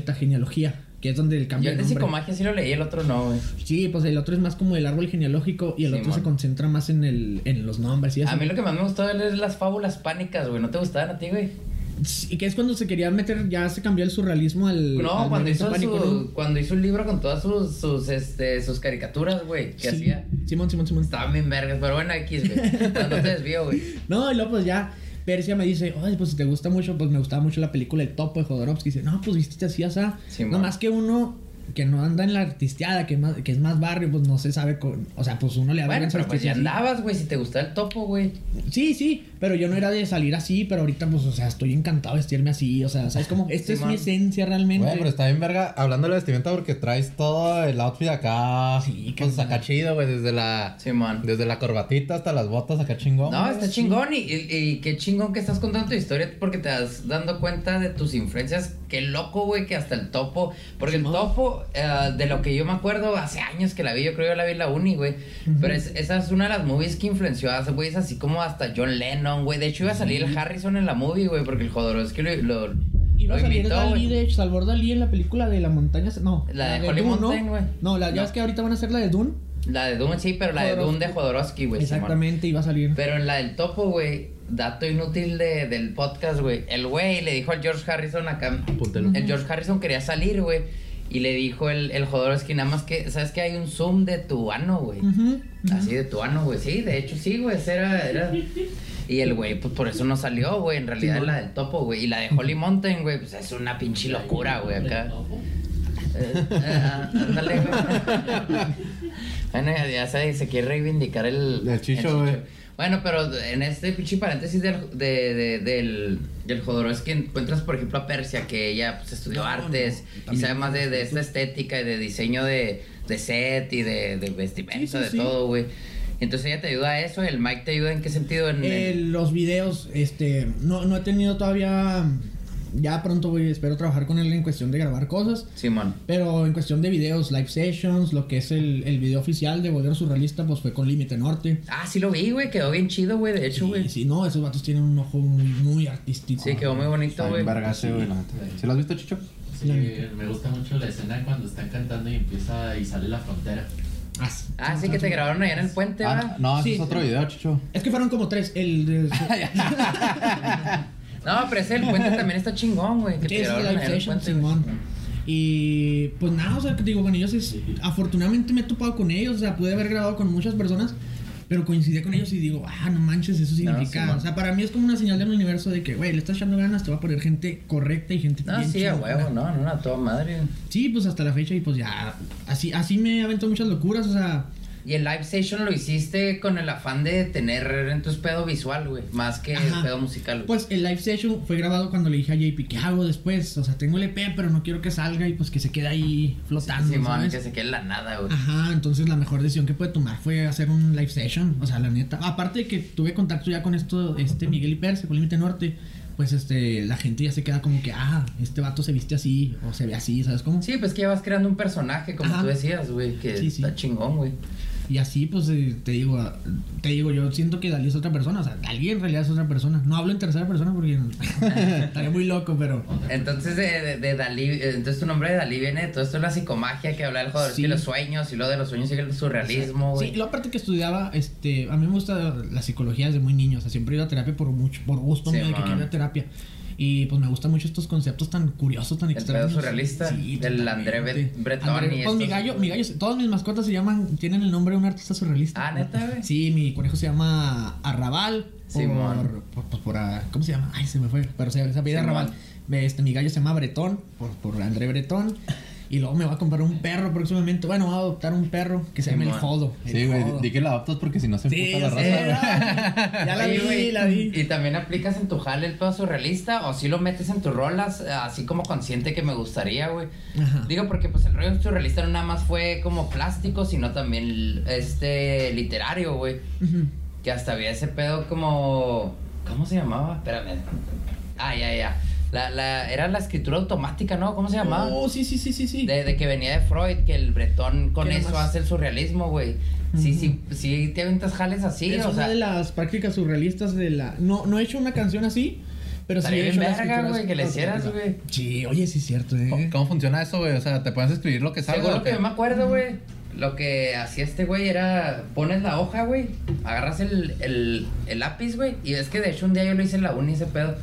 psicometagenealogía, que es donde el Yo cambio el de psicomagia sí lo leí, el otro no, güey. Sí, pues el otro es más como el árbol genealógico y el otro Simón. se concentra más en el en los nombres y eso. A mí lo que más me gustó de él es las fábulas pánicas, güey. ¿No te gustaban a ti, güey? Y que es cuando se quería meter, ya se cambió el surrealismo al. No, al cuando movimiento hizo, pánico, su, ¿no? cuando hizo un libro con todas sus, sus, este, sus caricaturas, güey, que Sí. hacía. Simón, Simón, Simón. Estaban bien vergas, pero bueno, X, güey. No te desvío, güey. No, y luego pues ya Persia me dice, ay, pues si te gusta mucho, pues me gustaba mucho la película El Topo de Jodorowsky. Dice, no, pues viste así, asá. Simón. no más que uno que no anda en la artisteada, que, más- que es más barrio, pues no se sabe con... O sea, pues uno le da Bueno, vergüenza pero pues vestirse ya así. andabas, güey, si te gustaba el topo, güey. Sí, sí, pero yo no era de salir así, pero ahorita, pues, o sea, estoy encantado de vestirme así. O sea, ¿sabes cómo? Esta es Simón. mi esencia realmente. Güey, pero está bien verga hablando de la vestimenta porque traes todo el outfit acá. Sí, pues carnal. acá chido, güey, desde la Simón. desde la corbatita hasta las botas acá chingón. No, güey. está chingón y, y- y qué chingón que estás contando tu historia porque te das dando cuenta de tus influencias. Qué loco, güey, que hasta el topo. Porque el topo, eh, de lo que yo me acuerdo, hace años que la vi, yo creo que yo la vi en la uni, güey. Pero es- esa es una de las movies que influenció a ese güey, es así como hasta John Lennon, güey. De hecho, iba a salir el Harrison en la movie, güey, porque el Jodorowsky lo, lo, Iba a lo salir invitó, Dalí, güey. de hecho, Salvador Dalí en la película de la montaña... No, La de Holy Dune, Mountain, ¿no? güey. No, la, ya No. ves que ahorita van a hacer la de Dune. La de Dune, sí, pero la de Dune de Jodorowsky, güey. Pues, Simón. Exactamente, iba a salir. Pero en la del topo, güey, dato inútil de- del podcast, güey. El güey le dijo al George Harrison acá. Apúntelo. El George Harrison quería salir, güey. Y le dijo el, el Jodorowsky, nada más que, ¿sabes que hay un zoom de tu ano, güey? Ujú, Así de tu ano, güey. Sí, de hecho sí, güey. ese Era, era... Y el güey, pues por eso no salió, güey. En realidad Sí, la del topo, güey. Y la de Holy Mountain, güey, pues es una pinche locura, güey, acá. Eh, eh, ándale, güey. bueno, ya, ya se, se quiere reivindicar el... El chicho, güey. Bueno, pero en este pinche paréntesis del, de, de- del, del Jodorowsky encuentras, por ejemplo, a Persia, que ella pues, estudió artes y sabe más de, de esta estética y de diseño de, de set y de, de vestimenta, este. Sí, sí, de sí. todo, güey. Entonces ella te ayuda a eso, el Mike te ayuda en qué sentido, en... Eh, en- los videos, este, no, no he tenido todavía. Ya pronto voy, espero trabajar con él en cuestión de grabar cosas. Simón. Pero en cuestión de videos, live sessions, lo que es el, el video oficial de Volver Surrealista, pues fue con Límite Norte. Ah, sí lo vi, güey, quedó bien chido, güey, de hecho, Sí, güey. Sí, sí, no, esos vatos tienen un ojo muy, muy artístico. quedó muy bonito, Está güey. bien vergase, güey, la neta. ¿Sí lo has visto, Chicho? Sí, me gusta mucho la escena cuando están cantando y empieza y sale la frontera. Ah, Ah, sí que te grabaron allá en el puente, Ah, ¿verdad? no, ese Sí. es otro video, Chicho. Es que fueron como tres. El de- No, pero ese del puente también está chingón, güey. Que Sí, te sí, grabaron Live allá en el Session, puente. Simón. Y pues nada, o sea, que te digo, con ellos es, afortunadamente me he topado con ellos, o sea, pude haber grabado con muchas personas, pero coincidí con ellos y digo, ah, no manches, eso significa, Simón. o sea, para mí es como una señal del universo de que, güey, le estás echando ganas, te va a poner gente correcta y gente No, bien sí, a chingona". huevo, no, no, a toda madre. Sí, pues hasta la fecha y pues ya, así así me aventó muchas locuras, o sea, Y el live session lo hiciste con el afán de tener en tu pedo visual, güey, más que el Ajá. pedo musical. güey. pues el live session fue grabado cuando le dije a JP, ¿qué hago después? O sea, tengo el EP, pero no quiero que salga y pues que se quede ahí flotando, Ah, Simón, ¿sabes? que se quede en la nada, güey. Ajá, entonces la mejor decisión que pude tomar fue hacer un live session, o sea, la neta. Aparte de que tuve contacto ya con esto, este Miguel y Perse, con Límite Norte, pues este, la gente ya se queda como que, ah, este vato se viste así, o se ve así, ¿sabes cómo? Sí, pues que ya vas creando un personaje, como Ajá. tú decías, güey, que Sí, sí. está chingón, güey. Y así, pues, eh, te digo, ah, te digo, yo siento que Dalí es otra persona, o sea, Dalí en realidad es otra persona. No hablo en tercera persona porque estaría muy loco, pero... Entonces, de, de- de Dalí, eh, entonces tu nombre de Dalí viene de todo esto, de la psicomagia que habla el jugador, Sí. que los sueños, y luego de los sueños sigue el surrealismo, güey. Sí, lo aparte que estudiaba, este, a mí me gusta la psicología desde muy niño, o sea, siempre iba a terapia por mucho, por gusto, Sí, mío de que man. quería terapia. Y pues me gustan mucho estos conceptos tan curiosos, tan El extraños. pedo surrealista del totalmente. André Bet- Breton y Pues mi estos- gallo, mi gallo, todas mis mascotas se llaman, tienen el nombre de un artista surrealista. Ah, neta, güey. Sí, mi conejo se llama Arrabal. Sí, por, man. por, pues, por, ah, ¿Cómo se llama? Ay, se me fue. Pero se, se apellida Sí, Arrabal. man. Este, mi gallo se llama Bretón, por, por André Bretón. Y luego me voy a comprar un perro próximamente. Bueno, voy a adoptar un perro que se llame el Simón. Jodo. el Sí, güey, Jodo. di que la adoptas porque si no se Sí, emputa la ya raza, sé, güey. ¿verdad? Ya la Oye, vi, güey, la vi. ¿Y también aplicas en tu jale el pedo surrealista o si lo metes en tus rolas eh, así como consciente que me gustaría, güey? Ajá. Digo, porque pues el rollo surrealista no nada más fue como plástico, sino también este literario, güey. Ujú. Que hasta había ese pedo como... ¿Cómo se llamaba? Espérame. Ah, ya, ya. La, la, era la escritura automática, ¿no? ¿Cómo se llamaba? Oh, sí, sí, sí, sí, sí. De, de que venía de Freud, que el bretón con Que eso nomás- hace el surrealismo, güey. Sí, Ujú. sí, sí, te aventas jales así, es o una sea. de las prácticas surrealistas de la. No, no he hecho una canción así, pero sí Estaría he bien hecho las verga, escrituras güey, que le hicieras, automáticas. güey. Sí, oye, sí es cierto, eh. ¿Cómo- ¿Cómo funciona eso, güey? O sea, te puedes escribir lo que salga. Según o lo que qué? yo me acuerdo, güey, lo que hacía este güey era pones la hoja, güey, agarras el, el, el lápiz, güey, y es que de hecho un día yo lo hice en la uni ese pedo,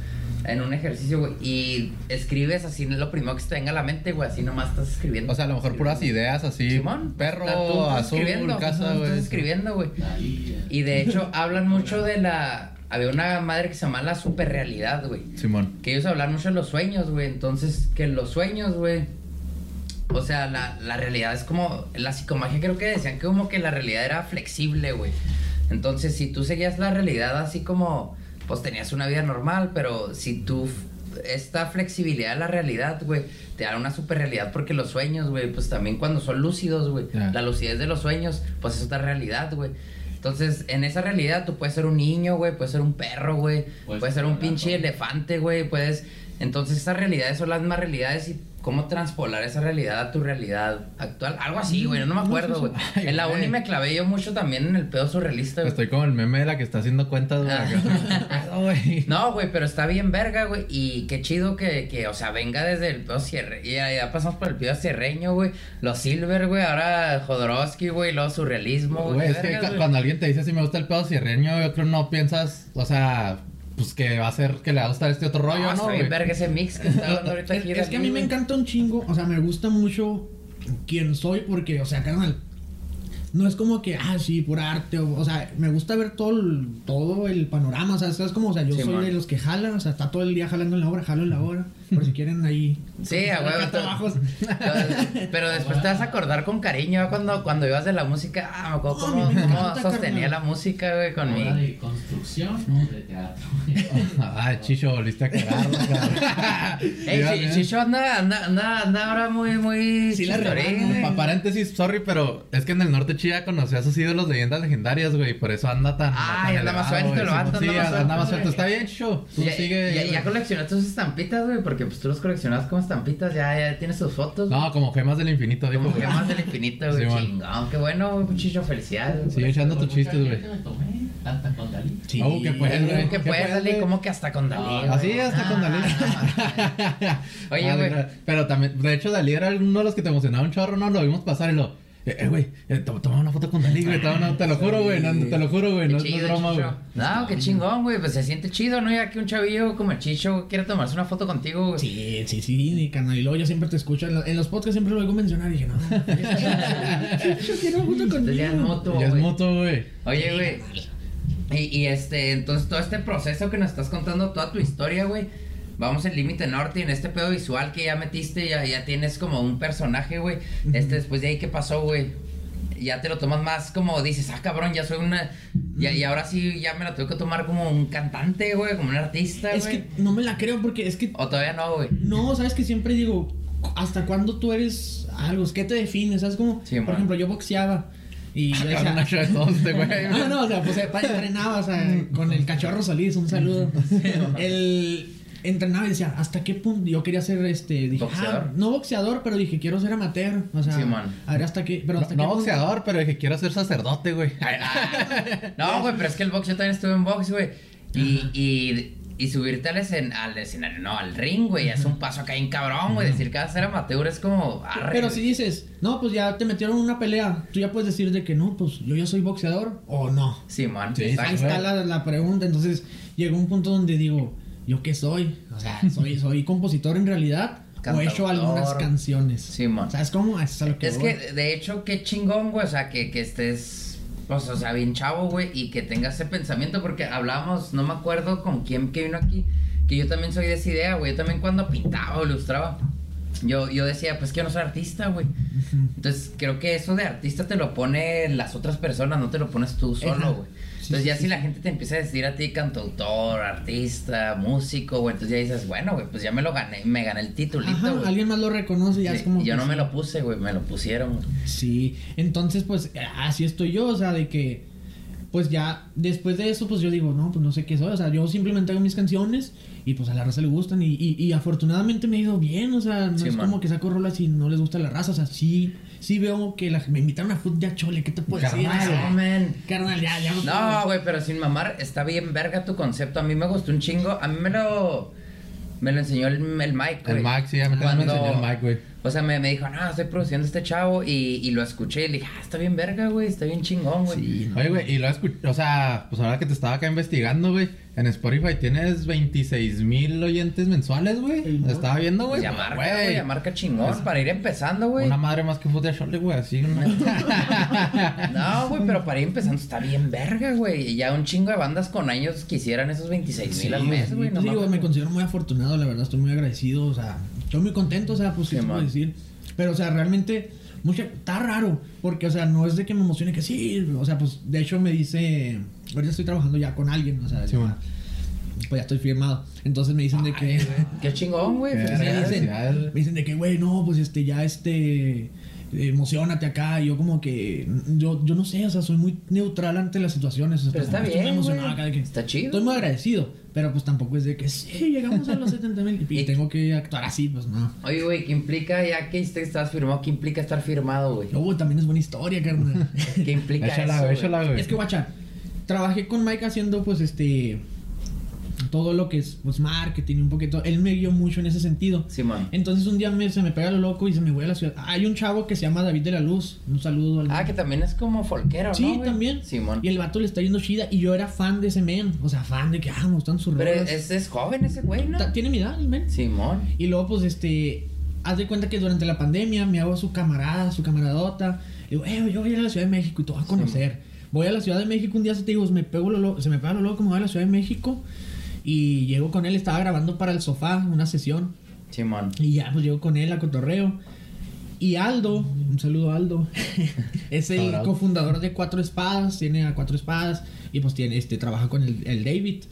en un ejercicio, güey, y escribes así lo primero que se te venga a la mente, güey, así nomás estás escribiendo. O sea, a lo mejor puras ideas así. Simón, perro, está- tú estás azul, escribiendo, casa, tú güey. Estás escribiendo, güey. Ahí, eh. Y de hecho hablan mucho de la... Había una madre que se llama la superrealidad, güey. Simón. que ellos hablan mucho de los sueños, güey. Entonces, que los sueños, güey. O sea, la, la realidad es como. La psicomagia creo que decían que como que la realidad era flexible, güey. Entonces, si tú seguías la realidad así como. Pues tenías una vida normal, pero si tú. f- Esta flexibilidad de la realidad, güey, te da una super realidad porque los sueños, güey, pues también cuando son lúcidos, güey, Ya. la lucidez de los sueños, pues es otra realidad, güey. Entonces, en esa realidad tú puedes ser un niño, güey, puedes ser un perro, güey, Puedes puedes, ser un volar, pinche ¿no? elefante, güey, puedes... Entonces esas realidades son las más realidades y cómo transpolar esa realidad a tu realidad actual. Algo así, güey, no me Mm, No, acuerdo, sí, güey. sí. Ay, en la güey. uni me clavé yo mucho también en el pedo surrealista, güey. Estoy como el meme de la que está haciendo cuentas, güey. acá. No, güey. No, güey, pero está bien verga, güey. Y qué chido que, que, o sea, venga desde el pedo cierre. Y ya, ya pasamos por el pedo cierreño, güey. Los Silver, güey. Ahora Jodorowsky, güey. Luego surrealismo, güey. Güey, qué es que vergas, cu- güey. cuando alguien te dice si me gusta el pedo cierreño, yo creo no piensas, o sea, pues que va a ser que le va a gustar este otro rollo, está ¿no? bien güey? verga ese mix que está dando ahorita Es, aquí. es que a mí me güey. encanta un chingo, o sea, me gusta mucho quien soy porque, o sea, carnal, no es como que, ah, sí, por arte, o, o sea, me gusta ver todo el, todo el panorama, o sea, es como, o sea, yo Sí, soy man. de los que jalan, o sea, está todo el día jalando en la obra, jalo en la obra, por si quieren ahí. Sí, a huevo, acá todo. trabajos. Pero- Pero después te vas a acordar con cariño ¿va? cuando, cuando ibas de la música. Ah, me acuerdo No, a cómo, mí me cómo encanta, sostenía carnal. la música, güey, con ¿Obra mi. de construcción o de teatro? Ah, Chicho, volviste a cagar, güey, cabrón. Ey, Chi- Ibas bien. Chicho anda, anda, anda, anda ahora muy, muy. Sí, la chistorín, rebana, güey. Pa- paréntesis, sorry, pero es que en el norte Chía conoció a sus ídolos de leyendas legendarias, güey, por eso anda tan. Ay, tan anda elevado, más suelto, güey. lo anda, Sí, anda más anda más suelto, suelto. Está bien, Chicho. Tú Ya, sigue. ya, güey. ya coleccionas tus estampitas, güey, porque pues tú los coleccionabas como estampitas, ya, ya tienes tus fotos. No, como gemas del infinito, dijo, como que güey. más del infinito, güey. Sí, man. Chingón, qué bueno, güey, chicho, felicidades. Sigue güey. echando Con tus mucha chistes, gente güey. me tomé, hasta con Dalí. Sí. Oh, qué pues, Ay, güey. Que ¿Qué puedes puedes, salir güey? como que hasta con Dalí. Así güey. hasta con Ah, Dalí. Oye, Ah, de güey. verdad. Pero también, de hecho, Dalí era uno de los que te emocionaba un chorro, ¿no? Lo vimos pasar y lo. Eh, eh, güey, eh, to- toma una foto con Dalí, güey. toma una- te lo juro, güey. no- te lo juro, güey. Qué No, no es chido, broma, Chicho. güey. No, qué chingón, güey. Pues se siente chido, ¿no? Ya que un chavillo como el Chicho quiere tomarse una foto contigo, güey. Sí, sí, sí, y, carnal, y luego yo siempre te escucho, en, lo- en los podcasts siempre lo oigo mencionar y dije, no, yo quiero junto Entonces ya es contigo. mutuo, Ya es güey. mutuo, güey. Oye, güey. Y, y, este, entonces todo este proceso que nos estás contando, toda tu historia, güey. Vamos al límite norte y en este pedo visual que ya metiste, ya, ya tienes como un personaje, güey. Este, después de ahí, ¿qué pasó, güey? Ya te lo tomas más como dices, ah, cabrón, ya soy una. Ya, y ahora sí, ya me lo tengo que tomar como un cantante, güey, como un artista, Es güey. que no me la creo porque es que O todavía no, güey. No, sabes que siempre digo, ¿hasta cuándo tú eres algo? ¿Qué te defines? ¿Sabes cómo? Sí, por man. Ah, ejemplo, yo boxeaba y yo Cabrón, decía, Nacho de todos, este güey. no, no, o sea, pues pa- entrenaba, o sea, con el cachorro Solís, un saludo. El entrenaba y decía, ¿hasta qué punto? Yo quería ser este, dije, ah, Boxeador. no boxeador, pero dije, quiero ser amateur, o sea, Sí, man. a ver hasta qué, pero No, hasta no qué punto- boxeador, pero dije, quiero ser sacerdote, güey. No, güey, pero es que el box, yo también estuve en box, güey. Y, y, y subirte al, escen- al escenario, no, al ring, güey, es un paso acá bien cabrón, güey. Decir que vas a ser amateur es como. arre, Pero si güey. dices, no, pues ya te metieron en una pelea, tú ya puedes decir de que no, pues yo ya soy boxeador o no. Sí, man. Sí, exacto. Ahí está la, la pregunta, entonces llegó un punto donde digo, ¿yo qué soy? O sea, soy, soy compositor en realidad o he hecho Cantautor. algunas canciones. Sí, man. ¿Sabes cómo? Eso es a lo que Es voy. que, de hecho, qué chingón, güey. O sea, que, que estés, pues, o sea, bien chavo, güey. Y que tengas ese pensamiento. Porque hablábamos, no me acuerdo con quién que vino aquí. Que yo también soy de esa idea, güey. Yo también cuando pintaba o ilustraba. Yo, yo decía, pues quiero ser artista, güey. Entonces creo que eso de artista te lo pone las otras personas, no te lo pones tú Ajá. solo, güey. Sí, Entonces sí, ya sí, si la gente te empieza a decir a ti cantautor, artista, músico, güey, entonces ya dices, bueno, güey, pues ya me lo gané, me gané el Ajá, titulito, güey. alguien más lo reconoce y ya Sí, es como. y yo que no sí. me lo puse, güey, me lo pusieron. güey. Sí, entonces pues así estoy yo, o sea, de que pues ya después de eso pues yo digo, no, pues no sé qué soy, o sea, yo simplemente hago mis canciones y pues a la raza le gustan y, y, y afortunadamente me ha ido bien, o sea, no Sí, es man. como que saco rolas y no les gusta la raza, o sea, sí, sí veo que la, me invitaron a Food ya Chole, ¿qué te puedo decir? Carnal, O sea, man. Carnal, ya, ya. No, güey, pero sin mamar, está bien verga tu concepto. A mí me gustó un chingo. A mí me lo. Me lo enseñó el, el Mike, güey. El Mike, sí, a mí también me Cuando- enseñó el Mike, güey. O sea, me, me dijo, no, estoy produciendo este chavo. Y, y lo escuché y le dije, ah, está bien verga, güey. Está bien chingón, güey. Sí, no. Oye, güey, y lo escuché, o sea, pues ahora que te estaba acá investigando, güey, en Spotify tienes 26 mil oyentes mensuales, güey. Ey, no. Estaba viendo, güey. ya marca, Güey, Pues, güey. Ya marca chingón. Es- Para ir empezando, güey. Una madre más que Food Shole, güey, así. una- No, güey, pero para ir empezando está bien verga, güey. Y ya un chingo de bandas con años quisieran esos 26 mil al mes, güey. No Pues digo, mames. me considero muy afortunado, la verdad, estoy muy agradecido, o sea, estoy muy contento, o sea, pues qué Sí, te puedo man. decir. Pero, o sea, realmente, mucha, está raro, porque, o sea, no es de que me emocione que sí, o sea, pues de hecho me dice, ahorita estoy trabajando ya con alguien, o sea, Sí, ya- man. pues ya estoy firmado. Entonces me dicen de que... Qué chingón, güey. Qué me, felicidades, felicidades. dicen, felicidades. me dicen de que, güey, no, pues este, ya este, emocionate acá. Y yo como que, yo, yo no sé, o sea, soy muy neutral ante las situaciones. o sea, Pero está estoy bien, emocionado güey. acá de que- Está chido. Estoy muy agradecido, pero pues tampoco es de que, sí, llegamos a los 70 mil y Y- tengo que actuar así, pues no. Oye, güey, ¿qué implica ya que este- estás firmado? ¿Qué implica estar firmado, güey? Luego también es buena historia, carnal. ¿Qué implica Échala, eso, güey, güey? échala, güey. es que, guacha, trabajé con Mike haciendo, pues, este... Todo lo que es, pues, marketing, un poquito. Él me guió mucho en ese sentido. Sí, man. Entonces un día me- se me pega lo loco y se me voy a la ciudad. Hay un chavo que se llama David de la Luz. Un saludo al... Ah, que también es como folquero, ¿no, sí, güey? también. Simón. Y el vato le está yendo chida y yo era fan de ese men. O sea, fan de que, ah, me gustan sus Pero rolas. es, es joven ese güey, ¿no? Ta- Tiene mi edad el men. Simón. Y luego, pues, este, haz de cuenta que durante la pandemia me hago su camarada, su camaradota. Le digo, eh, yo voy a ir a la Ciudad de México y te voy a conocer. Voy a la Ciudad de México un día, se te digo, se me, pego lo lo- se me pega lo loco, me voy a la Ciudad de México. Y llego con él, estaba grabando para el sofá una sesión. Simón. Y ya, pues, llego con él a cotorreo. Y Aldo, un saludo a Aldo, es el Shout out. cofundador de Cuatro Espadas, tiene a Cuatro Espadas y pues tiene, este, trabaja con el, el David.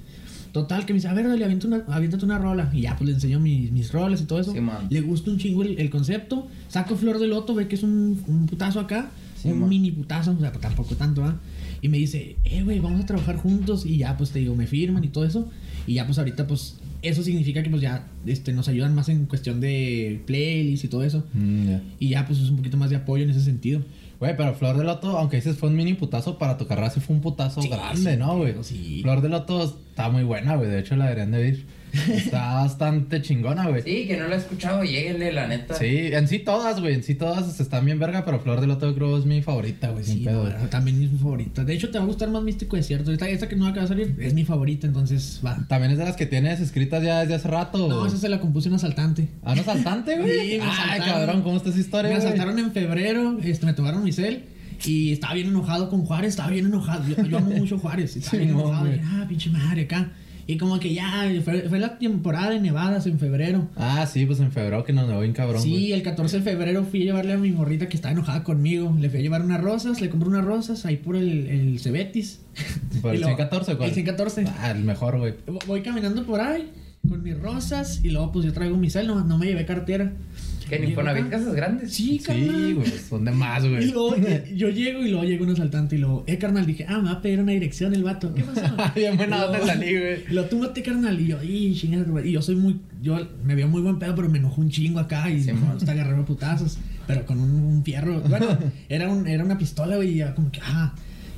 Total, que me dice, a ver, dale, avienta una, aviéntate una rola. Y ya, pues le enseño mis, mis rolas y todo eso. Sí, man. le gusta un chingo el, el concepto. Saco Flor de Loto, ve que es un, un putazo acá. Sí, un man. mini putazo, o sea, tampoco tanto, ¿ah? Y me dice, eh, güey, vamos a trabajar juntos. Y ya, pues te digo, me firman y todo eso. Y ya, pues ahorita, pues, eso significa que, pues ya, este, nos ayudan más en cuestión de playlists y todo eso. Mm, ya. Y ya, pues es un poquito más de apoyo en ese sentido. Güey, pero Flor de Loto, aunque dices fue un mini putazo, para tu carrera sí fue un putazo Sí, grande, sí, ¿no, güey? pero sí. Flor de Loto está muy buena, güey. De hecho, la deberían de ir. Está bastante chingona, güey. Sí, que no lo he escuchado, lléguenle, la neta. Sí, en sí todas, güey. En sí todas están bien verga, pero Flor de Loto creo es mi favorita, güey. sin Sí, pedo. no, no, también es mi favorita. De hecho, te va a gustar más Místico Desierto. Esta, esta que no acaba de salir es mi favorita, entonces va. También es de las que tienes escritas ya desde hace rato. No, güey. esa se la compuse un asaltante. Ah, no saltante, güey. Sí, me Ay, asaltaron. cabrón, ¿cómo está esa historia, Me güey? asaltaron en febrero, este, me tomaron mi cel y estaba bien enojado con Juárez, estaba bien enojado. Yo, yo amo mucho Juárez, estaba bien Sí, no, enojado. güey. dije, ah, pinche madre acá. Y como que ya, fue, fue la temporada de nevadas en febrero. Ah, sí, pues en febrero que nos nevó bien cabrón, Sí, güey. el 14 de febrero fui a llevarle a mi morrita que estaba enojada conmigo. Le fui a llevar unas rosas, le compré unas rosas ahí por el, el Cebetis. ¿Por Y el luego- 114 cuál? El 114. Ah, el mejor, güey. Vo- Voy caminando por ahí con mis rosas y luego pues yo traigo mi cel, no, no me llevé cartera. Que ni Llego por acá. casas grandes. Sí, carnal. Sí, güey, son de más, Y güey. luego eh, yo llego y luego llega un asaltante y luego, eh, carnal, dije, ah, me va a pedir una dirección el vato. ¿Qué pasó? Bien buena onda Luego- salí, güey. Lo túmbate, carnal. Y yo, y chingada, güey". Y yo soy muy. Yo me veo muy buen pedo, pero me enojó un chingo acá y Sí, me mon. gusta agarrarme a putazos. Pero con un, un fierro. Bueno, era, un, era una pistola, güey. Y ya como que, ah.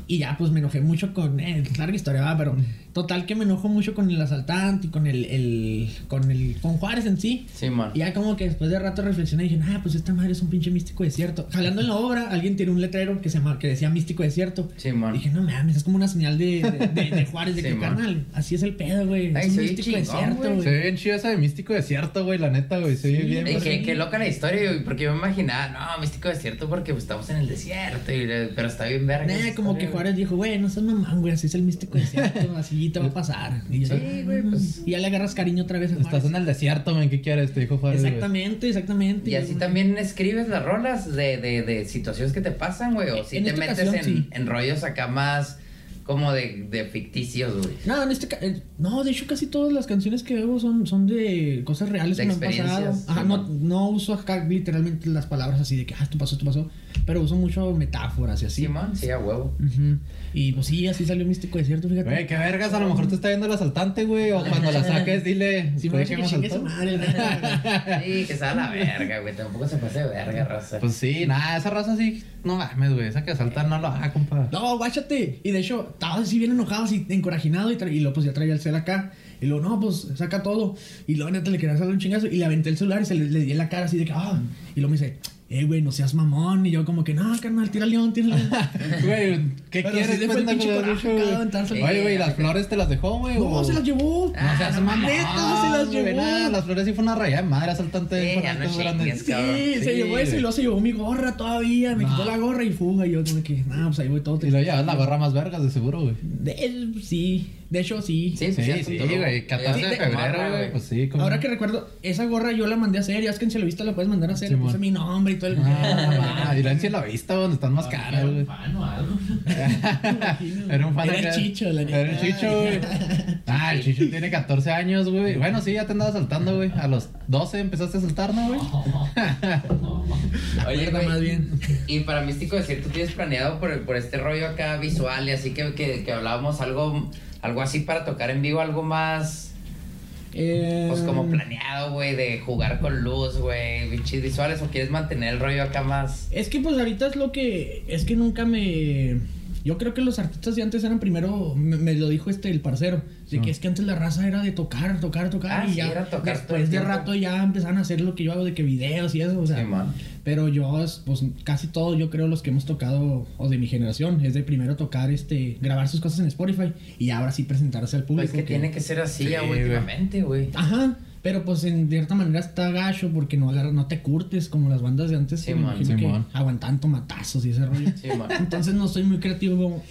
Y ya, pues me enojé mucho con. Eh, larga historia, va, pero. Total que me enojo mucho con el asaltante y con el. el con el. Con Juárez en sí. Simón. Y ya como que después de rato reflexioné y dije, ah, pues esta madre es un pinche místico desierto. Jalando en la obra, alguien tiró un letrero que se llama- que decía místico desierto. Simón. Dije, no mames, es como una señal de, de, de- de Juárez, de Sí, que man. carnal, así es el pedo, güey. Ay, Es un se oye místico chingón, desierto, güey. Se ve güey. bien chido esa de Místico Desierto, güey, la neta, güey. Se ve "Pues Sí, bien. Ey, verga. qué, qué loca la historia, güey, porque yo me imaginaba, no, místico desierto porque pues, estamos en el desierto, y, eh, pero está bien verga. Nah, esa como historia, que güey. Juárez dijo, güey, no seas mamán, güey, así es el místico desierto, así te va a pasar. Y ya, Sí, güey, pues. y ya le agarras cariño otra vez a Estás Juárez. en el desierto, men, ¿qué quieres? Te dijo Juárez. güey. Exactamente, exactamente. Y así también escribes las rolas de, de, de situaciones que te pasan, güey. O si En te esta metes ocasión, en, sí. en rollos acá más como de, de ficticios, güey. No, en este ca- eh, no, de hecho casi todas las canciones que veo son, son de cosas reales De que me han pasado. experiencias, Ajá, sí, no, ¿no? no uso acá literalmente las palabras así de que ah, esto pasó, esto pasó, pero uso mucho metáforas y así. Simón, sí, a huevo. Ujú. Y pues sí, así salió Místico Desierto, fíjate. Güey, qué vergas, a lo mejor te está viendo el asaltante, güey. O cuando la saques, dile. Sí, "Güey, me que me que chingue su asaltó". madre, ¿verdad? Sí, que sea la verga, güey. Tampoco se pase de verga, raza. Pues sí, nada, esa raza sí. No mames, güey. Esa que asaltan no lo haga, compa. No, guáchate. Y de hecho, estaba así bien enojado, así encorajinado. Y, tra- y luego, pues ya traía el cel acá. Y luego, no, pues saca todo. Y luego, neta, le quería hacer un chingazo. Y le aventé el celular y se le, le di en la cara así de que, ah. Y luego me dice, eh, güey, no seas mamón. Y yo, como que, no, carnal, tira león, tira león. Güey, ¿qué Pero quieres? sí le fue el pendejo? pinche coraje acá de aventarse. Oye, güey, ¿las flores te las dejó, güey? no, o- se las llevó. No seas Ah, mamón, neta, se las güey, llevó. nada, las flores sí fue una raya de madre asaltante. Sí, fue ya algo no grande. chingues, Sí, cabrón. se Sí, llevó eso y güey. luego se llevó mi gorra todavía. Me No. quitó la gorra y fuga. Y yo, como que, no, pues ahí voy todo. Y lo llevas la gorra más vergas, de seguro, güey. De él, sí. De hecho, sí. Sí, pues, ya Sí, es un sí, todo. güey. 14 de Sí, te- febrero, morra, güey. Pues sí, como. Ahora que recuerdo, esa gorra yo la mandé a hacer, ya es que en se lo viste la puedes mandar a hacer, le Simón. puse mi nombre y todo el Ah, ah, y lo han la vista, donde están más Era caras, un güey. fan o algo. Era un fan Era el acá. Chicho, la neta. Era el chicho, güey. Ah, el chicho tiene 14 años, güey. Bueno, sí, ya te andaba saltando, güey. A los 12 empezaste a saltar, ¿no, güey? Oye, cuerda güey, más bien. Y para Místico Desierto, ¿tienes planeado por, por este rollo acá visual y así que, que, que hablábamos algo, algo así para tocar en vivo, algo más, Eh, pues Mm. como planeado, güey, de jugar con luz, güey, pinches visuales, o quieres mantener el rollo acá más? Es que pues ahorita es lo que. Es que nunca me. Yo creo que los artistas de antes eran primero. Me, me lo dijo este, el parcero. De que Ah. es que antes la raza era de tocar, tocar, tocar. Ah, y sí, ya. era tocar todo el después de tiempo. rato ya empezaron a hacer lo que yo hago, de que videos y eso. O sea, Simón. Pero yo, es, pues casi todos, yo creo, los que hemos tocado, o de mi generación, es de primero tocar, este, grabar sus cosas en Spotify y ahora sí presentarse al público. Pues que tiene que ser así ya, Sí, güey, güey. últimamente, güey. Ajá, pero pues en cierta manera está gacho porque no agarra, no te curtes como las bandas de antes. que me Simón, imagino que Simón. Aguantan tomatazos y ese rollo. Sí, man. Entonces no soy muy creativo.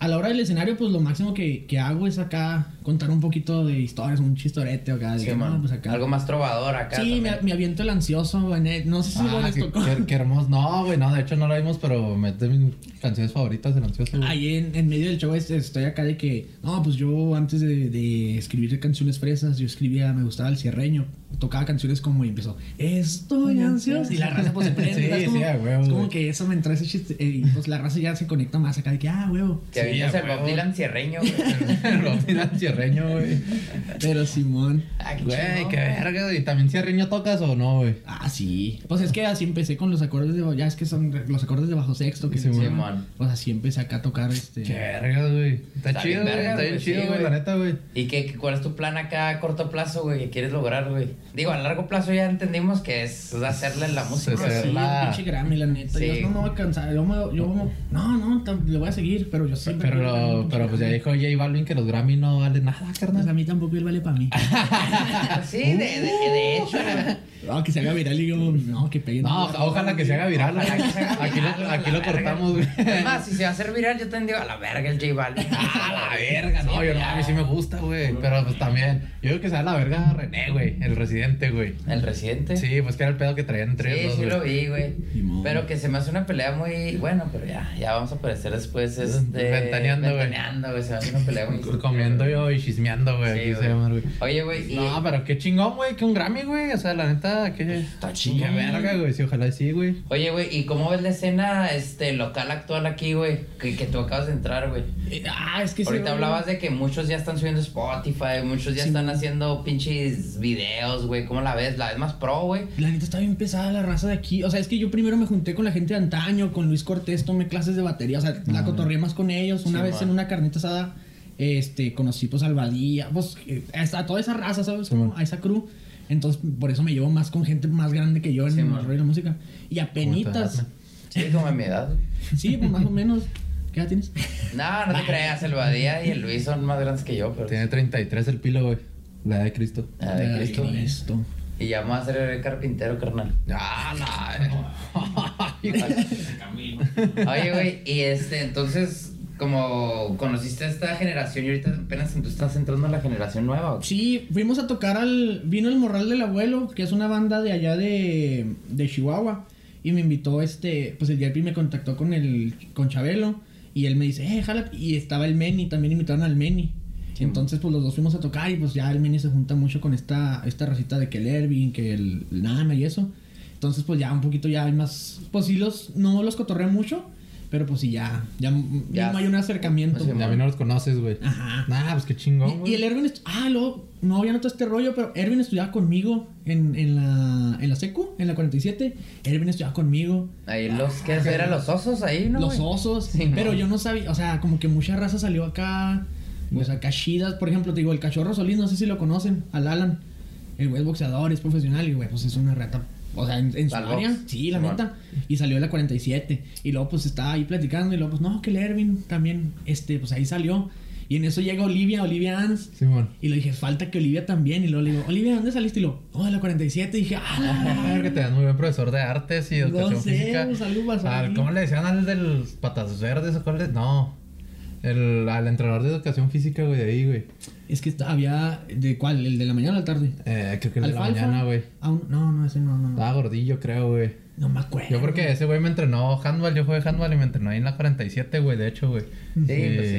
A la hora del escenario, pues lo máximo que, que hago es acá contar un poquito de historias, un chistorete acá. de Sí, que, man. no, pues acá. Algo más trovador acá. sí, me, también. me aviento el ansioso, Vanet. No sé si Ah, igual les qué, tocó. qué- qué hermoso. No, güey, no, de hecho no lo vimos, pero mete mis canciones favoritas del ansioso. güey. Ahí en, en medio del show este, estoy acá de que, no, pues yo antes de, de escribir canciones fresas, yo escribía, me gustaba el cierreño, tocaba canciones como y empezó, estoy ansioso. Y la raza pues se prende, Sí, ¿sabes? como, sí, a huevo, es como güey. que eso me entra ese chiste. eh, y pues la raza ya se conecta más acá de que, ah, huevo. Te Sí, avientas a el Bob huevo. Dylan cierreño, güey. Lo tiran cierreño, güey. Pero Simón. Ah, qué Güey, chingón, qué verga, güey. ¿También cierreño tocas o no, güey? Ah, sí. Pues es que así empecé con los acordes de. Ya es que son los acordes de bajo sexto. Que Sí, se güey. llaman. Pues así empecé acá a tocar este. Qué vergas, güey. Está, Está chido, bien güey. vergas, Está bien güey, chido, sí, güey, güey. la neta, güey. ¿Y qué, qué- cuál es tu plan acá a corto plazo, güey, que quieres lograr, güey? Digo, a largo plazo ya entendimos que es hacerle la música. Sí, Ah, sí, sí. güey. la- es un pinche Grammy, la neta. Sí. Yo no me voy a cansar. Yo, me, yo no, no, tam- le voy a seguir, pero yo siempre. Pero, lo- pero pues ya dijo J Balvin que los Grammy no valen nada, Pues a carnal. mí tampoco él vale para mí. Sí, de, de, de Uh. hecho, güey. No, que se haga viral y yo, no, que peguen. No, ojalá que se haga viral. Ojalá que se haga Aquí viral, lo, a aquí la lo verga. cortamos, güey. Es más, si se va a hacer viral, yo te digo, a la verga el J Balvin. Ah, la verga, no, Sí, yo no, ya. a mí sí me gusta, güey. Pero pues también, yo digo que sea la verga René, güey, el residente, güey. ¿El reciente? Sí, pues que era el pedo que traían entre Sí, ellos sí dos, lo güey. vi, güey. Ni modo. Pero que se me hace una pelea muy... Bueno, pero ya, ya vamos a aparecer después, este... Ventaneando, güey. Ventaneando, güey. Se me hace una pelea muy... Comiendo yo y chismeando, güey. Sí, aquí se güey. llama, güey. Oye, güey, y... No, pero qué chingón, güey, que un Grammy, güey. O sea, la neta, que. Está Pues, chingón. verga, güey. Sí, ojalá sí, güey. Oye, güey, ¿y cómo ves la escena este, local actual aquí, güey? Que, que tú acabas de entrar, güey. Eh, Ah, es que se Ahorita ve- hablabas de que muchos ya están subiendo Spotify, muchos ya Sí. están haciendo pinches videos, güey. ¿Cómo la ves? ¿La ves más pro, güey? La neta está bien pesada la raza de aquí. O sea, es que yo primero me junté con la gente de antaño, con Luis Cortés, tomé clases de batería. O sea, la cotorreé más con ellos. Una Sí, vez man. en una carnita asada, este, conocí pues al Badía, pues eh, a toda esa raza, ¿sabes? Sí, Como man. a esa crew. Entonces, por eso me llevo más con gente más grande que yo en Sí, el man. rollo de la música. Y Como apenitas. te Sí, como a mi edad. güey. Sí, pues más o menos. ¿Qué edad tienes? No, no te creas, el Badía y el Luis son más grandes que yo, pero... Tiene 33 el pilo, güey. La edad de Cristo. Ah, de Ay, Cristo. Cristo. Y ya me voy a ser el carpintero, carnal. Ah, la. Ese camino. Oye, güey, y este, entonces, como conociste a esta generación y ahorita apenas tú estás entrando a la generación nueva. ¿o qué? Sí, fuimos a tocar al. Vino el Morral del Abuelo, que es una banda de allá de, de Chihuahua. Y me invitó este. Pues el JP me contactó con el. con Chabelo. Y él me dice, eh, jala. Y estaba el Meni, también invitaron al Meni. Sí, Entonces, pues los dos fuimos a tocar. Y pues ya el Meni se junta mucho con esta. esta racita de que el Ervin, que el, el Nana y eso. Entonces, pues ya un poquito ya hay más. Pues sí los. No los cotorré mucho. Pero pues sí, ya. Ya, Ya. pues, mismo hay un acercamiento. Sí, Ya a mí no los conoces, güey. Ajá. Nah, pues qué Y- chingón, Y, güey. el Erwin, estu- ah, luego, no, ya noté este rollo, pero Erwin estudiaba conmigo en, en la, en la secu, en la 47. Erwin estudiaba conmigo. Ahí los que Ah, eran los osos ahí, ¿no? los güey? osos, Sí, pero no. yo no sabía, o sea, como que mucha raza salió acá, pues acá chidas, por ejemplo, te digo, el cachorro Solís, no sé si lo conocen, al Alan, el güey es boxeador, es profesional y güey, pues es una rata, o sea, en, en su Al área, box. sí, la Simón. neta, y salió de la 47, y luego pues estaba ahí platicando, y luego pues no, que el Erwin también, este, pues ahí salió, y en eso llega Olivia, Olivia Ans, Simón. y le dije, falta que Olivia también. Y luego le digo, Olivia, ¿dónde saliste? Y lo, oh, de la 47. Y dije, ah, la, la, la, Ah, la". que te dan muy buen profesor de artes y de No educación sé, física. pues, algo pasó Al- ahí. ¿Cómo le decían al del patas verdes o cuál es? No. El, al entrenador de educación física, güey, de ahí, güey. Es que esta- había, ¿de cuál? ¿El de la mañana o la tarde? Eh, creo que el de la ¿Alfalfa? mañana, güey. Ah, un- no, no, ese no, no, no. Estaba gordillo, creo, güey. No me acuerdo. Yo creo que ese güey me entrenó handball, yo jugué handball y me entrenó ahí en la 47, güey, de hecho, güey. Sí, y, pues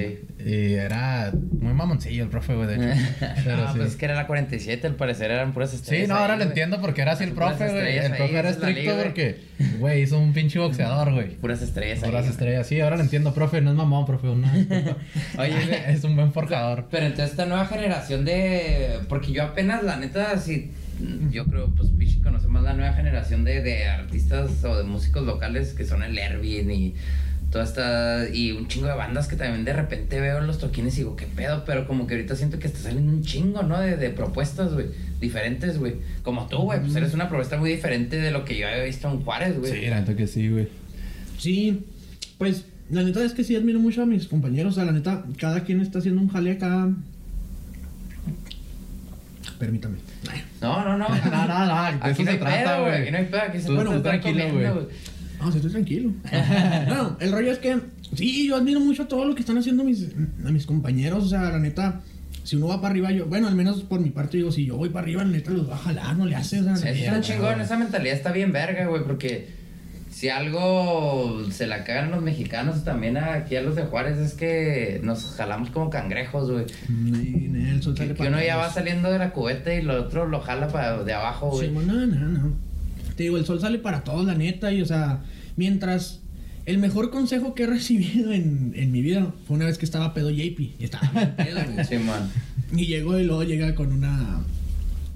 sí. Y era muy mamoncillo el profe, güey, de hecho. Pero Ah, sí. pues es que era la 47, al parecer eran puras Sí, estrellas. no, ahora ahí, lo güey. entiendo porque era así el Son puras profe, güey. estrellas El ahí, profe era esa es la estricto liga, güey. porque, güey, hizo un pinche boxeador, güey. Puras estrellas ahí. Puras güey. estrellas, sí, ahora lo entiendo, profe. No es mamón, profe. Una disculpa. Oye, güey. es un buen forjador. Pero entonces esta nueva generación de... Porque yo apenas, la neta, sí... Yo creo, pues, Pichi conoce más la nueva generación de, de artistas o de músicos locales que son el Ervin y toda esta... Y un chingo de bandas que también de repente veo en los toquines y digo, qué pedo, pero como que ahorita siento que está saliendo un chingo, ¿no? De, de propuestas, güey. Diferentes, güey. Como tú, güey. Pues eres una propuesta muy diferente de lo que yo había visto en Juárez, güey. Sí, la neta que sí, güey. Sí, pues la neta es que sí admiro mucho a mis compañeros. O sea, la neta, cada quien está haciendo un jale acá. Permítame. Ay. No, no, no. No, no, no, de eso Aquí se no hay trata, pedo, güey. güey. Aquí no hay pedo. Aquí se Tú- trata tú de estar tranquilo, comiendo, güey. No, si estoy tranquilo. no, el rollo es que sí, yo admiro mucho todo lo que están haciendo mis, a mis compañeros. O sea, la neta, si uno va para arriba, yo, bueno, al menos por mi parte, digo, si yo voy para arriba, la neta los va a jalar, no le haces. O sea, Sí, la está neta, chingón, esa mentalidad está bien verga, güey, porque si algo se la cagan los mexicanos también aquí a los de Juárez es que nos jalamos como cangrejos, güey. "Ni Nelson, Que, sale que pa' uno ya va atrás". saliendo de la cubeta y lo otro lo jala para de abajo, Sí, güey. mo- no, no, no. Te digo, el sol sale para todos, la neta. Y o sea, mientras. El mejor consejo que he recibido en, en mi vida fue una vez que estaba pedo JP. Y estaba bien pedo, güey. Sí, man. Y llegó y luego llega con una.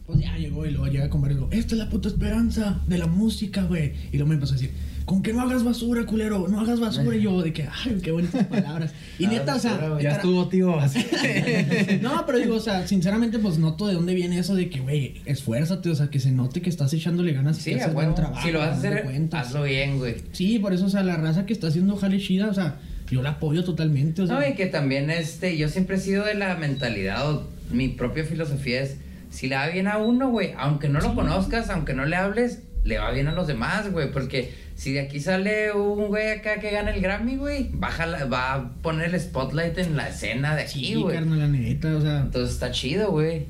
Pues ya llegó y luego llega con varios. Esta es la puta esperanza de la música, güey. Y luego me empezó a decir, con que no hagas basura, culero, no hagas basura. Y yo, de que, ay, qué bonitas palabras. Y Ah, neta, o sea. basura, güey. Ya estar- estuvo, tío. Así. no, pero digo, o sea, sinceramente, pues noto de dónde viene eso de que, güey, esfuérzate, o sea, que se note que estás echándole ganas. y Sí, que a haces huevo. buen trabajo, si lo vas a al final de hacer, cuentas. hazlo bien, güey. Sí, por eso, o sea, la raza que está haciendo jale chida, o sea, yo la apoyo totalmente, o sea. No, y que también este, yo siempre he sido de la mentalidad, o mi propia filosofía es, si le va bien a uno, güey, aunque no lo conozcas, aunque no le hables, le va bien a los demás, güey, porque si de aquí sale un güey acá que gana el Grammy, güey, baja la- va a poner el spotlight en la escena de aquí, sí, güey. carnal, la neta, o sea. Entonces está chido, güey.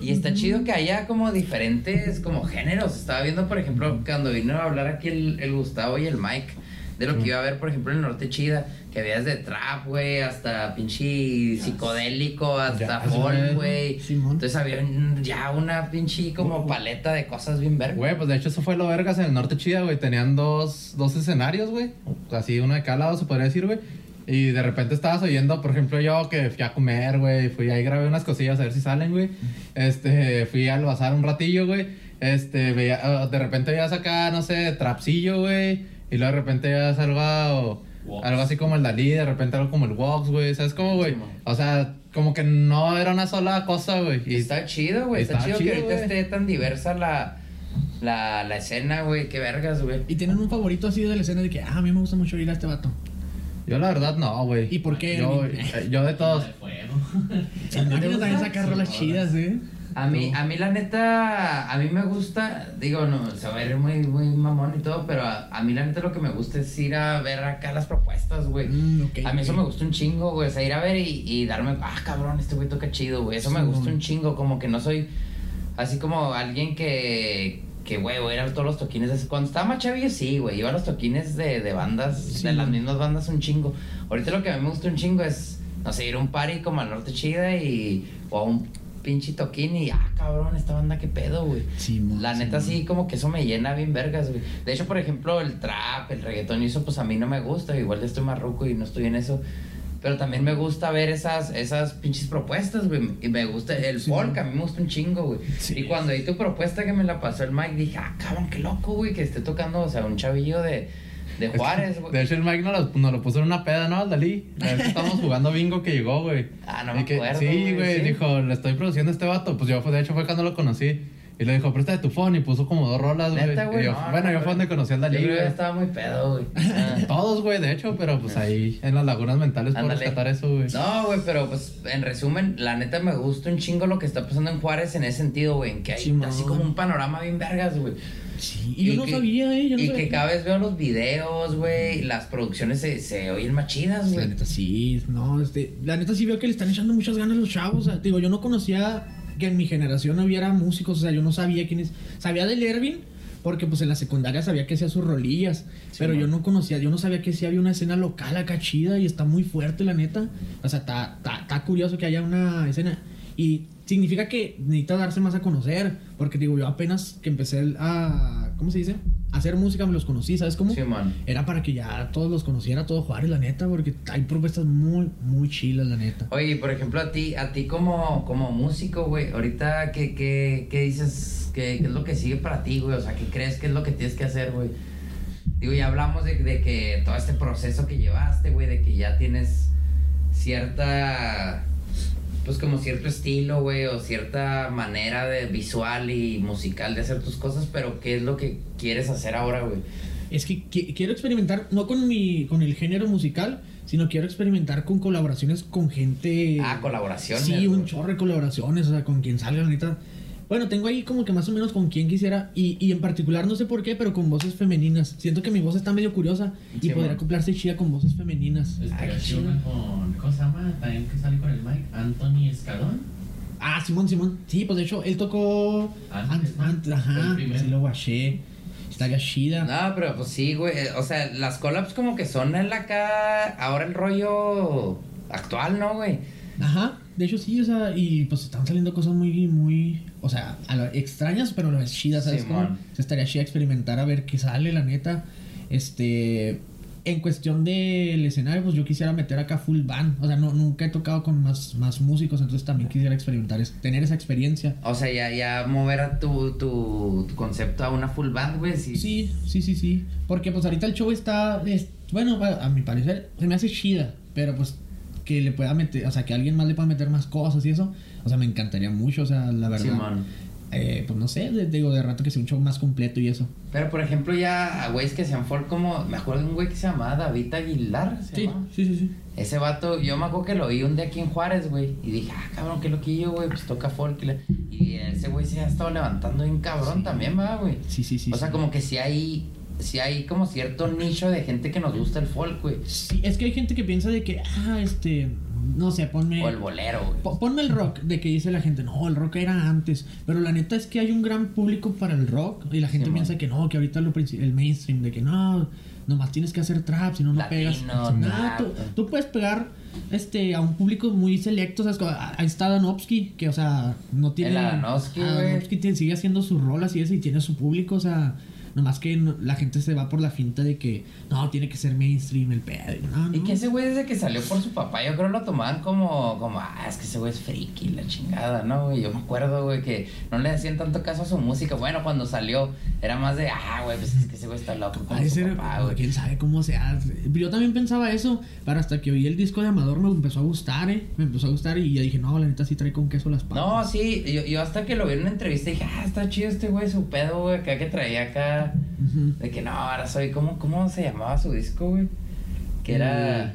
Y está chido que haya como diferentes como géneros. Estaba viendo, por ejemplo, cuando vino a hablar aquí el, el Gustavo y el Mike, de lo que iba a haber, por ejemplo, en el Norte Chida, que había desde trap, güey, hasta pinche psicodélico, hasta Jazz, folk, güey. güey. Simón. Entonces había un- ya una pinche como paleta de cosas bien verga. Güey, pues de hecho eso fue lo vergas en el norte chida, güey. Tenían dos, dos escenarios, güey. Así uno de cada lado se podría decir, güey. Y de repente estabas oyendo, por ejemplo, yo que fui a comer, güey. Fui ahí, grabé unas cosillas a ver si salen, güey. Este, fui al bazar un ratillo, güey. Este, veía, ah, de repente veías acá, no sé, trapsillo, güey. Y luego de repente veías algo, o- Wox. algo así como el Dalí, de repente algo como el Wox, güey. ¿Sabes cómo, güey? Simón. O sea, como que no era una sola cosa, güey. Y está chido, güey. Está, Está chido, que chido, ahorita güey. esté tan diversa la, la, la escena, güey. Qué vergas, güey. Y tienen un favorito así de la escena de que, ah, a mí me gusta mucho ir a este vato. Yo la verdad no, güey. ¿Y por qué, Ah, Yo, Erwin? yo de todos. De fuego. Imagínate también sacar rolas chidas, ¿eh? A mí, a mí la neta, a mí me gusta, digo, no, se va a ir muy, muy mamón y todo, pero a, a mí la neta lo que me gusta es ir a ver acá las propuestas, güey. Mm, ok, a mí eso ok. me gusta un chingo, güey, o sea, ir a ver y, y darme, ah, cabrón, este güey toca chido, güey, eso me gusta un chingo, como que no soy así como alguien que, que güey, voy a ir a todos los toquines. Cuando estaba más chavillo, sí, güey, iba a los toquines de, de bandas, de las mismas bandas un chingo. Ahorita lo que a mí me gusta un chingo es, no sé, ir a un party como al norte chida y, o a un pinche toquín y, ah, cabrón, esta banda, qué pedo, güey. Sí, mo, La sí, neta mo. sí, como que eso me llena bien vergas, güey. De hecho, por ejemplo, el trap, el reggaetón y eso, pues a mí no me gusta. Igual ya estoy marruco y no estoy en eso. Pero también me gusta ver esas, esas pinches propuestas, güey. Y me gusta el folk, a mí me gusta un chingo, güey. Sí. Y cuando vi tu propuesta que me la pasó el Mike, dije, ah, cabrón, qué loco, güey, que esté tocando, o sea, un chavillo de, de Juárez, güey. De hecho, el Mike nos lo, nos lo puso en una peda, ¿no, Dalí? La vez que Estábamos jugando bingo que llegó, güey. Ah, no me Y que- acuerdo, Sí, güey, güey, sí. dijo, le estoy produciendo a este vato. Pues yo, pues, de hecho, fue cuando lo conocí. Y le dijo, presta de tu phone y puso como dos rolas, güey. Neta, güey. Y yo, no, bueno, no, yo fue güey. donde conocí al Dalí, Yo creo que güey. estaba muy pedo, güey. Ah. Todos, güey, de hecho, pero pues ahí en las lagunas mentales por Ándale. rescatar eso, güey. No, güey, pero pues en resumen, la neta me gusta un chingo lo que está pasando en Juárez en ese sentido, güey, en que hay Simón. así como un panorama bien vergas, güey. Sí, y yo no que- sabía, ¿eh? Yo no y sabía. que cada vez veo los videos, güey, las producciones se, se oyen más chidas, La güey. neta sí, no, este, la neta sí veo que le están echando muchas ganas los chavos. o sea, te digo, yo no conocía que en mi generación no hubiera músicos, o sea, yo no sabía quiénes. Sabía del Ervin, porque pues en la secundaria sabía que hacía sus rolillas, pero yo no conocía, yo no sabía que sí había una escena local acá chida y está muy fuerte, la neta. O sea, está, está- está curioso que haya una escena. Y significa que necesita darse más a conocer, porque te digo, yo apenas que empecé a, ¿cómo se dice? A hacer música me los conocí, ¿sabes cómo? Simón. Era para que ya todos los conociera, todos Juárez, la neta, porque hay propuestas muy, muy chilas, la neta. Oye, y por ejemplo, a ti, a ti como, como músico, güey, ahorita, ¿qué, qué, qué dices? ¿Qué, qué es lo que sigue para ti, güey? O sea, ¿qué crees que es lo que tienes que hacer, güey? Digo, ya hablamos de, de que todo este proceso que llevaste, güey, de que ya tienes cierta, pues como cierto estilo, güey, o cierta manera de visual y musical de hacer tus cosas, pero ¿qué es lo que quieres hacer ahora, güey? Es que qui- quiero experimentar, no con mi, con el género musical, sino quiero experimentar con colaboraciones con gente. Ah, colaboraciones. Sí, un güey. chorro de colaboraciones, o sea, con quien salga, la neta. Bueno, tengo ahí como que más o menos con quien quisiera, y, y en particular no sé por qué, pero con voces femeninas. Siento que mi voz está medio curiosa y Sí, podría man. acoplarse chida con voces femeninas. Estaría qué chido chido. una con. ¿Cómo se llama? También que sale con el Mike. Anthony Escalón. Ah, Simón, Simón. Sí, pues de hecho, él tocó Antes, antes, ¿no? antes, El ajá. primero. Sí, lo guaché. Estaría chida. No, pero pues sí, güey. eh, O sea, las collabs como que son el acá. Ahora el rollo actual, ¿no, güey? Ajá. De hecho, sí, o sea, y pues están saliendo cosas muy, muy, o sea, a la- extrañas, pero a la vez chidas, ¿sabes? Simón. cómo? O sea, estaría chida experimentar a ver qué sale, la neta. Este, en cuestión del escenario, pues yo quisiera meter acá full band. O sea, no, nunca he tocado con más, más músicos, entonces también quisiera experimentar, es, tener esa experiencia. O sea, ya, ya mover a tu, tu, tu concepto a una full band, güey. Sí. Sí, sí, sí, sí. Porque pues ahorita el show está, es- bueno, a, a mi parecer, se me hace chida, pero pues que le pueda meter, o sea, que alguien más le pueda meter más cosas y eso, o sea, me encantaría mucho, o sea, la verdad. Simón. Eh, pues no sé, de- digo, de rato que sea un show más completo y eso. Pero por ejemplo, ya a güeyes que sean folk como. Me acuerdo de un güey que se llamaba David Aguilar. ¿se llamaba? sí, sí, sí. Ese vato, yo me acuerdo que lo vi un día aquí en Juárez, güey. Y dije, ah, cabrón, qué loquillo, güey. Pues toca folk. y la- Y ese güey se ha estado levantando bien cabrón también, va, güey. Sí, sí, sí. o sea, sí. como que si hay, si hay como cierto nicho de gente que nos gusta el folk, güey. Sí, es que hay gente que piensa de que, ah, este, no sé, ponme... O el bolero, güey. po- Ponme el rock, de que dice la gente, no, el rock era antes. Pero la neta es que hay un gran público para el rock y la gente Simón. piensa que no, que ahorita lo princi- el mainstream, de que no, nomás tienes que hacer trap, si no, no Latino, pegas. Nah, trap. tú, tú puedes pegar este, a un público muy selecto, ¿sabes? Ah, Ahí está Danowski, que, o sea, no tiene. El Aronofsky, güey. Aronofsky tiene- sigue haciendo sus rolas y eso, y tiene su público, o sea. Nomás que no- la gente se va por la finta de que no, tiene que ser mainstream el pedo. No, Y no. que ese güey desde que salió por su papá, yo creo lo tomaban como, como, ah, es que ese güey es friki, la chingada, ¿no? güey? yo me acuerdo, güey, que no le hacían tanto caso a su música. Bueno, cuando salió era más de, ah, güey, pues es que ese güey está loco Ha con de su ser- papá, güey. quién sabe cómo se hace. Yo también pensaba eso, pero hasta que oí el disco de Amador me empezó a gustar, ¿eh? Me empezó a gustar y ya dije, no, la neta sí trae con queso las No, papas. sí, yo, yo hasta que lo vi en una entrevista dije, ah, está chido este güey, su pedo, güey, acá que traía acá. Ujú. De que no, ahora soy, ¿cómo, cómo se llamaba su disco, güey? Que era.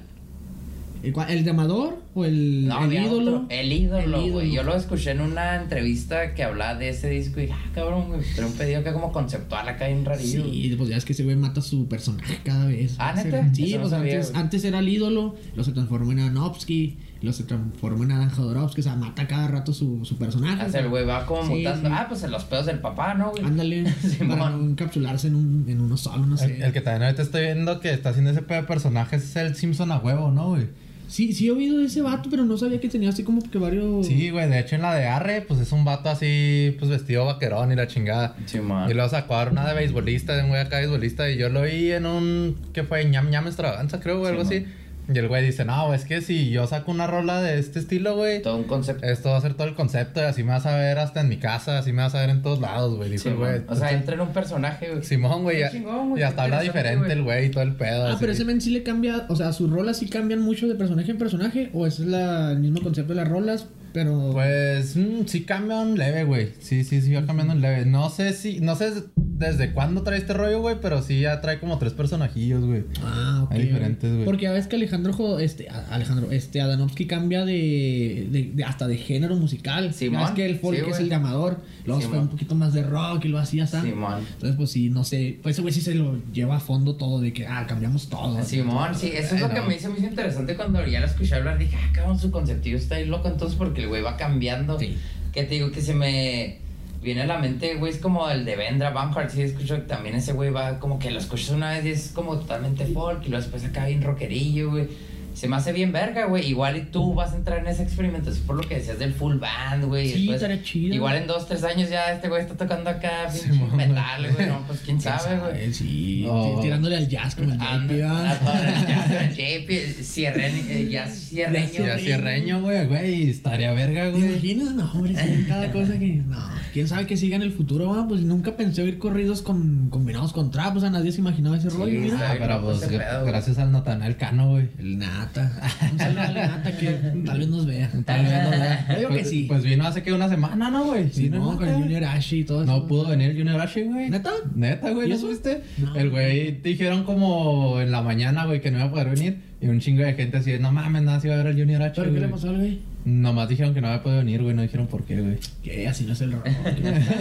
¿El cua- ¿El de Amador o el, No, el había otro. Eh, ídolo? El ídolo, El güey. ídolo. Yo lo escuché en una entrevista que hablaba de ese disco y dije, ah, cabrón, güey. Pero un pedido acá como conceptual, acá bien rarillo. Sí, pues ya es que ese güey mata a su personaje cada vez. Ah, ¿neta? Sí, Eso no pues sabía, antes, güey. antes era el ídolo, lo se transformó en Anovsky, lo se transformó en Adán Jodorowsky, o sea, mata cada rato su, su personaje. O sea, el güey va como Sí, mutando. sí. Ah, pues en los pedos del papá, ¿no, güey? Ándale, Simón. para no encapsularse en, un, en uno solo, no sé. El, el que también ahorita estoy viendo que está haciendo ese pedo de personajes es el Simpson a huevo, ¿no, güey? Sí, sí he oído de ese vato, pero no sabía que tenía así como que varios... Sí, güey, de hecho en la de Arre, pues es un vato así, pues vestido vaquerón y la chingada. Sí, man. Y luego sacó ahora una de beisbolista, de un güey acá beisbolista, y yo lo vi en un, ¿qué fue? ñam ñam extravaganza, creo, güey, Sí, algo así. Y el güey dice, no, es que si yo saco una rola de este estilo, güey, Todo un concepto. esto va a ser todo el concepto, y así me vas a ver hasta en mi casa, así me vas a ver en todos lados, güey. Dijo Sí, el güey. man. o sea, entra en un personaje, güey. Simón, güey, Qué ya- chingón, y güey, hasta qué habla interesante, diferente el güey y todo el pedo. Ah, así. pero ese men sí le cambia, o sea, sus rolas sí cambian mucho de personaje en personaje, o es la, el mismo concepto de las rolas, pero... Pues mm, sí cambia un leve, güey. Sí, sí, sí va cambiando un leve. No sé si, no sé desde cuándo trae este rollo, güey, pero sí ya trae como tres personajillos, güey. Ah, ok. Hay diferentes, güey. Porque a veces que Alejandro, jo- este, a- Alejandro, este, Adanovsky cambia de, de- de- hasta de género musical. Simón. Ya ves que el folk Sí, es güey. el llamador, luego Simón. fue un poquito más de rock y lo hacía, ¿sabes? Simón. Entonces, pues sí, no sé, pues ese güey sí se lo lleva a fondo todo, de que, ah, cambiamos todo. Simón, sí, eso es lo que Bueno. me hizo muy interesante cuando ya lo escuché hablar. Dije, ah, cabrón, su conceptivo está ahí loco. Entonces, porque el güey va cambiando. Sí. Que te digo que se me viene a la mente, güey, es como el de Vendra Banhart. Sí, escucho que también ese güey va como que lo escuchas una vez y es como totalmente folk. Y luego después acá bien rockerillo, güey. Se me hace bien verga, güey. Igual y tú vas a entrar en esa experimentación por lo que decías del full band, güey. y Sí, después- estaría chido. pues, Igual en dos, tres años ya este güey está tocando acá pinche Simón, güey. metal, güey. No, pues quién sabe, güey. Eh, Sí, No. sí, tirándole al jazz como el Ah, Ah, JP, ¿verdad? JP, Sierreño, eh, ya Sí, Sierreño. así reño, güey, güey, estaría verga, ¿Te güey. imaginas? No, hombre, sí, cada cosa que. No, quién sabe que siga en el futuro, va. Pues nunca pensé oír corridos con, combinados con trap, o sea, nadie se imaginaba ese rollo. Mira. Ah, Ay, pero no, pues, ese pedo, güey. gracias al Natanael Cano, güey. El Nata. Un saludo al Nata que tal vez nos vea. Tal vez, ¿no? Yo digo que Pues- sí. Pues vino hace que una semana, ¿no, güey? Sí, Vino el no, con Nata. Junior Ashi y todo eso. No pudo venir el Junior H, güey. ¿Neta? Neta, güey, ¿Y ¿no eso? supiste? No. El güey dijeron como en la mañana, güey, que no iba a poder venir. Y un chingo de gente así, de, no mames, nada, si iba a ver al Junior H. ¿Pero qué le güey". pasó al güey? Nomás dijeron que no había podido venir, güey, no dijeron por qué, güey. Que así no es el rock.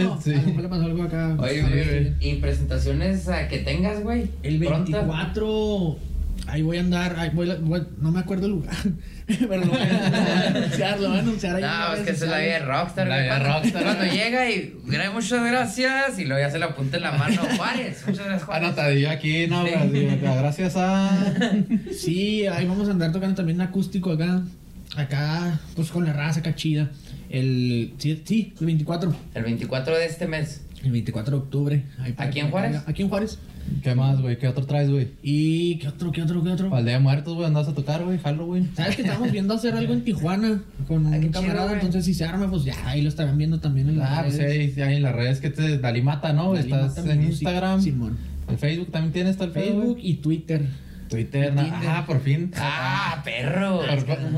No, Sí. A lo mejor le pasó algo acá. Oye, güey, y presentaciones ah, que tengas, güey. El Pronto. 24. Ahí voy a andar, ahí voy, voy- no me acuerdo el lugar, pero lo voy a lo voy a anunciar, lo voy a anunciar ahí. en las No, es redes que esa es la sociales. vida de Rockstar. La güey. vida de Cuando- rockstar. Cuando llega y "Gra- muchas gracias y luego ya se le apunta en la mano Juárez. Muchas gracias, Juárez. Anotadillo aquí, no, güey. así, acá, Gracias a. Sí, ahí vamos a andar tocando también acústico acá. Acá, pues con la raza acá chida. El, sí, sí, el 24. El 24 de este mes. El 24 de octubre. ahí para ¿Aquí que en Juárez? caiga. Aquí en Juárez. ¿Qué más, güey? ¿Qué otro traes, güey? ¿Y qué otro, qué otro, qué otro? Aldea de Muertos, güey, andas a tocar, güey, Halloween. ¿Sabes que estábamos viendo hacer algo en Tijuana con Ah, qué un chido, camarada? güey. entonces, si se arma, pues ya ahí lo estarán viendo también en la Ah, pues ahí, ahí en las redes que te. Dalimata, ¿no? güey? Estás en Instagram. Simón. En Facebook también tienes todo el pedo, Facebook güey? y Twitter. Twitter, na- Tinder. Ah, por fin. Ah, perro. Por, por, por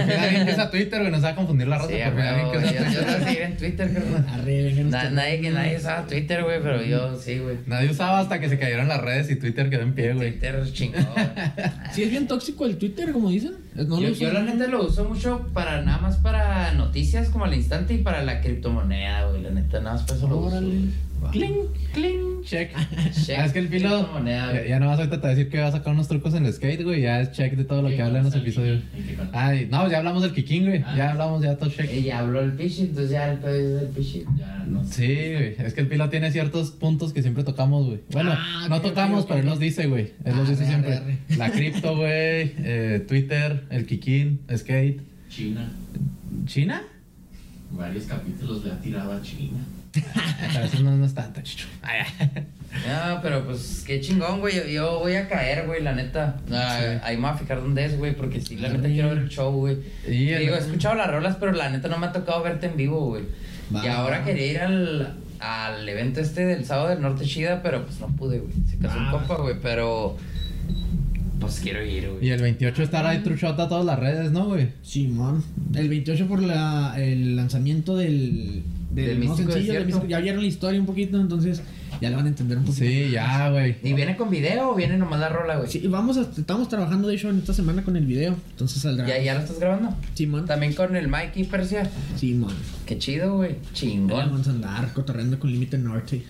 fin alguien que usa Twitter, güey, nos va a confundir la raza. Sí, por fin alguien que usa güey, yo, yo Twitter. lo seguí en Twitter, creo. Arre, vengan Na- ustedes. nadie, que nadie usaba Twitter, güey, pero yo sí, güey. Nadie usaba hasta que se cayeron las redes y Twitter quedó en pie, güey. Twitter chingón. Sí, es bien tóxico el Twitter, como dicen. No yo, lo yo uso. la neta lo uso mucho para nada más para noticias como al instante y para la criptomoneda, güey. La neta, nada más para eso lo uso. Órale. güey. Va. Cling, cling. Check. Check. Ah, es que el filo. Eh, Criptomoneda, Ya, güey. ya nomás ahorita te voy a decir que va a sacar unos trucos en el skate, güey. Ya es check de todo lo que habla en los episodios. Ah. Ay, no, ya hablamos del Kikín, güey. Ah, Ya hablamos, ya todo check. Y ya habló el pichi, entonces ya el pedo es del pichi. Ya, no sé. Sí, güey. Es que el pilo tiene ciertos puntos que siempre tocamos, güey. Bueno, Ah, no ok, tocamos, ok, ok. pero él los dice, güey. Él los Arre, dice siempre. arre, La cripto, güey. eh, Twitter, el Kikín, skate. China. ¿China? Varios capítulos le ha tirado a China. A veces no, no es tanto, chicho. Ay, ay. No, pero pues qué chingón, güey. Yo, yo voy a caer, güey, la neta. Ah, Sí. Ahí me voy a fijar dónde es, güey, porque sí, la neta Arre. quiero ver el show, güey. Y el- Digo, he escuchado las rolas, pero la neta no me ha tocado verte en vivo, güey. Va, Y ahora va. quería ir al, al evento este del sábado del norte chida, pero pues no pude, güey. Se casó un Va, va. compa, güey, pero. Pues quiero ir, Y güey. el 28 estará ahí true shot a todas las redes, ¿no, güey? Simón. El 28 por la, el lanzamiento del, del Del nuevo Místico sencillo. del Desierto. Místico- ya vieron la historia un poquito, entonces ya la van a entender un poquito. Sí, ya, güey. ¿Y viene con video o viene nomás la rola, güey? Sí, y vamos a, estamos trabajando de hecho en esta semana con el video, entonces saldrá. ¿Ya, ¿Ya lo estás grabando? Simón. También con el Mikey Persia. Simón. Qué chido, güey. Chingón. Vamos a andar cotorreando con Límite Norte.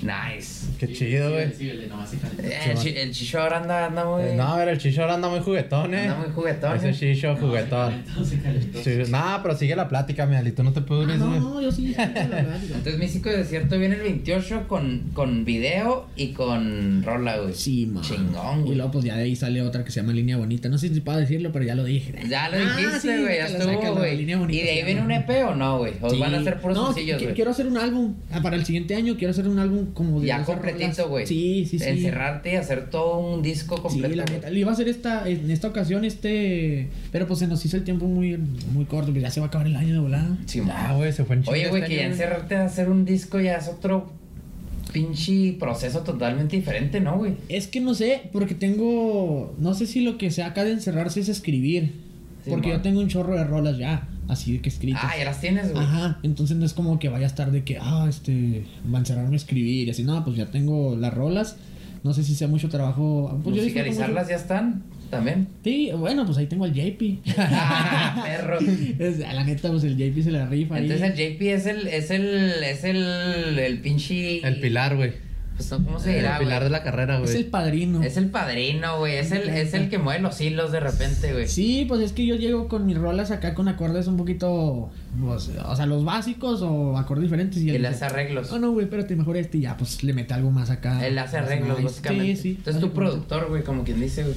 Nice. Qué chido, güey. Sí, síguele, nomás se calentó. Eh, El, chi- el Chicho ahora anda, anda muy. Eh, No, a ver, el Chicho ahora anda muy juguetón, eh. Anda muy juguetón, Ese eh. Chicho No, se juguetón. calentó, se calentó. Sí, no, pero sigue la plática, mi Alito, no te Ah, pudres, no, güey. no, yo sí. la verdad, digo. Entonces, Místico de Desierto viene el 28 con, con video y con rola, güey. Sí, man. Chingón, Y güey. luego, pues ya de ahí sale otra que se llama Línea Bonita. No sé si puedo decirlo, pero ya lo dije. Ya lo Ah, sí, dijiste, güey. ya sácala, estuvo, sácala, güey. Línea Bonita ¿Y de se ahí viene llama. un EP o no, güey? ¿O Sí. van a ser puros No, sencillos, qui- güey? Quiero hacer un álbum. ah, Para el siguiente año quiero hacer un álbum como de Ya esas completito, rolas. güey. Sí, sí, sí. Encerrarte y hacer todo un disco Sí, completo. la güey. neta. Lo iba a hacer esta, en esta ocasión, este. Pero pues se nos hizo el tiempo muy, muy corto. Pues ya se va a acabar el año de volada. Sí, Ah, ma. güey, se fue en Oye, chinga güey, este que ya año, encerrarte a hacer un disco ya es otro pinche proceso totalmente diferente, ¿no, güey? Es que no sé, porque tengo. No sé si lo que se acaba de encerrarse es escribir. Sí, porque man. yo tengo un chorro de rolas ya, así de que escritas. Ah, ya las tienes, güey. Ajá, entonces no es como que vaya a estar de que, ah, este, va a encerrarme a escribir y así, no, pues ya tengo las rolas, no sé si sea mucho trabajo. Pues yo disfruto Musicalizarlas mucho- ya están también. Sí, bueno, pues ahí tengo al JP. Ah, Perro. Es- a la neta, pues el JP se la rifa. ahí. Entonces el JP es el, es el, es el, el pinche. El pilar, güey. Pues no, ¿cómo se El dirá, güey? Eh, pilar de la carrera, es el güey. padrino. Es el padrino, güey. Es el, es el que mueve los hilos de repente, güey. Sí, pues es que yo llego con mis rolas acá con acordes un poquito, pues, o sea, los básicos o acordes diferentes. Y, Y él le hace dice, arreglos. Oh, no, güey, espérate, mejor este y ya, pues le mete algo más acá. Él hace más arreglos, nice. básicamente. Sí, sí. Entonces hace tu como- productor, güey, como quien dice, güey.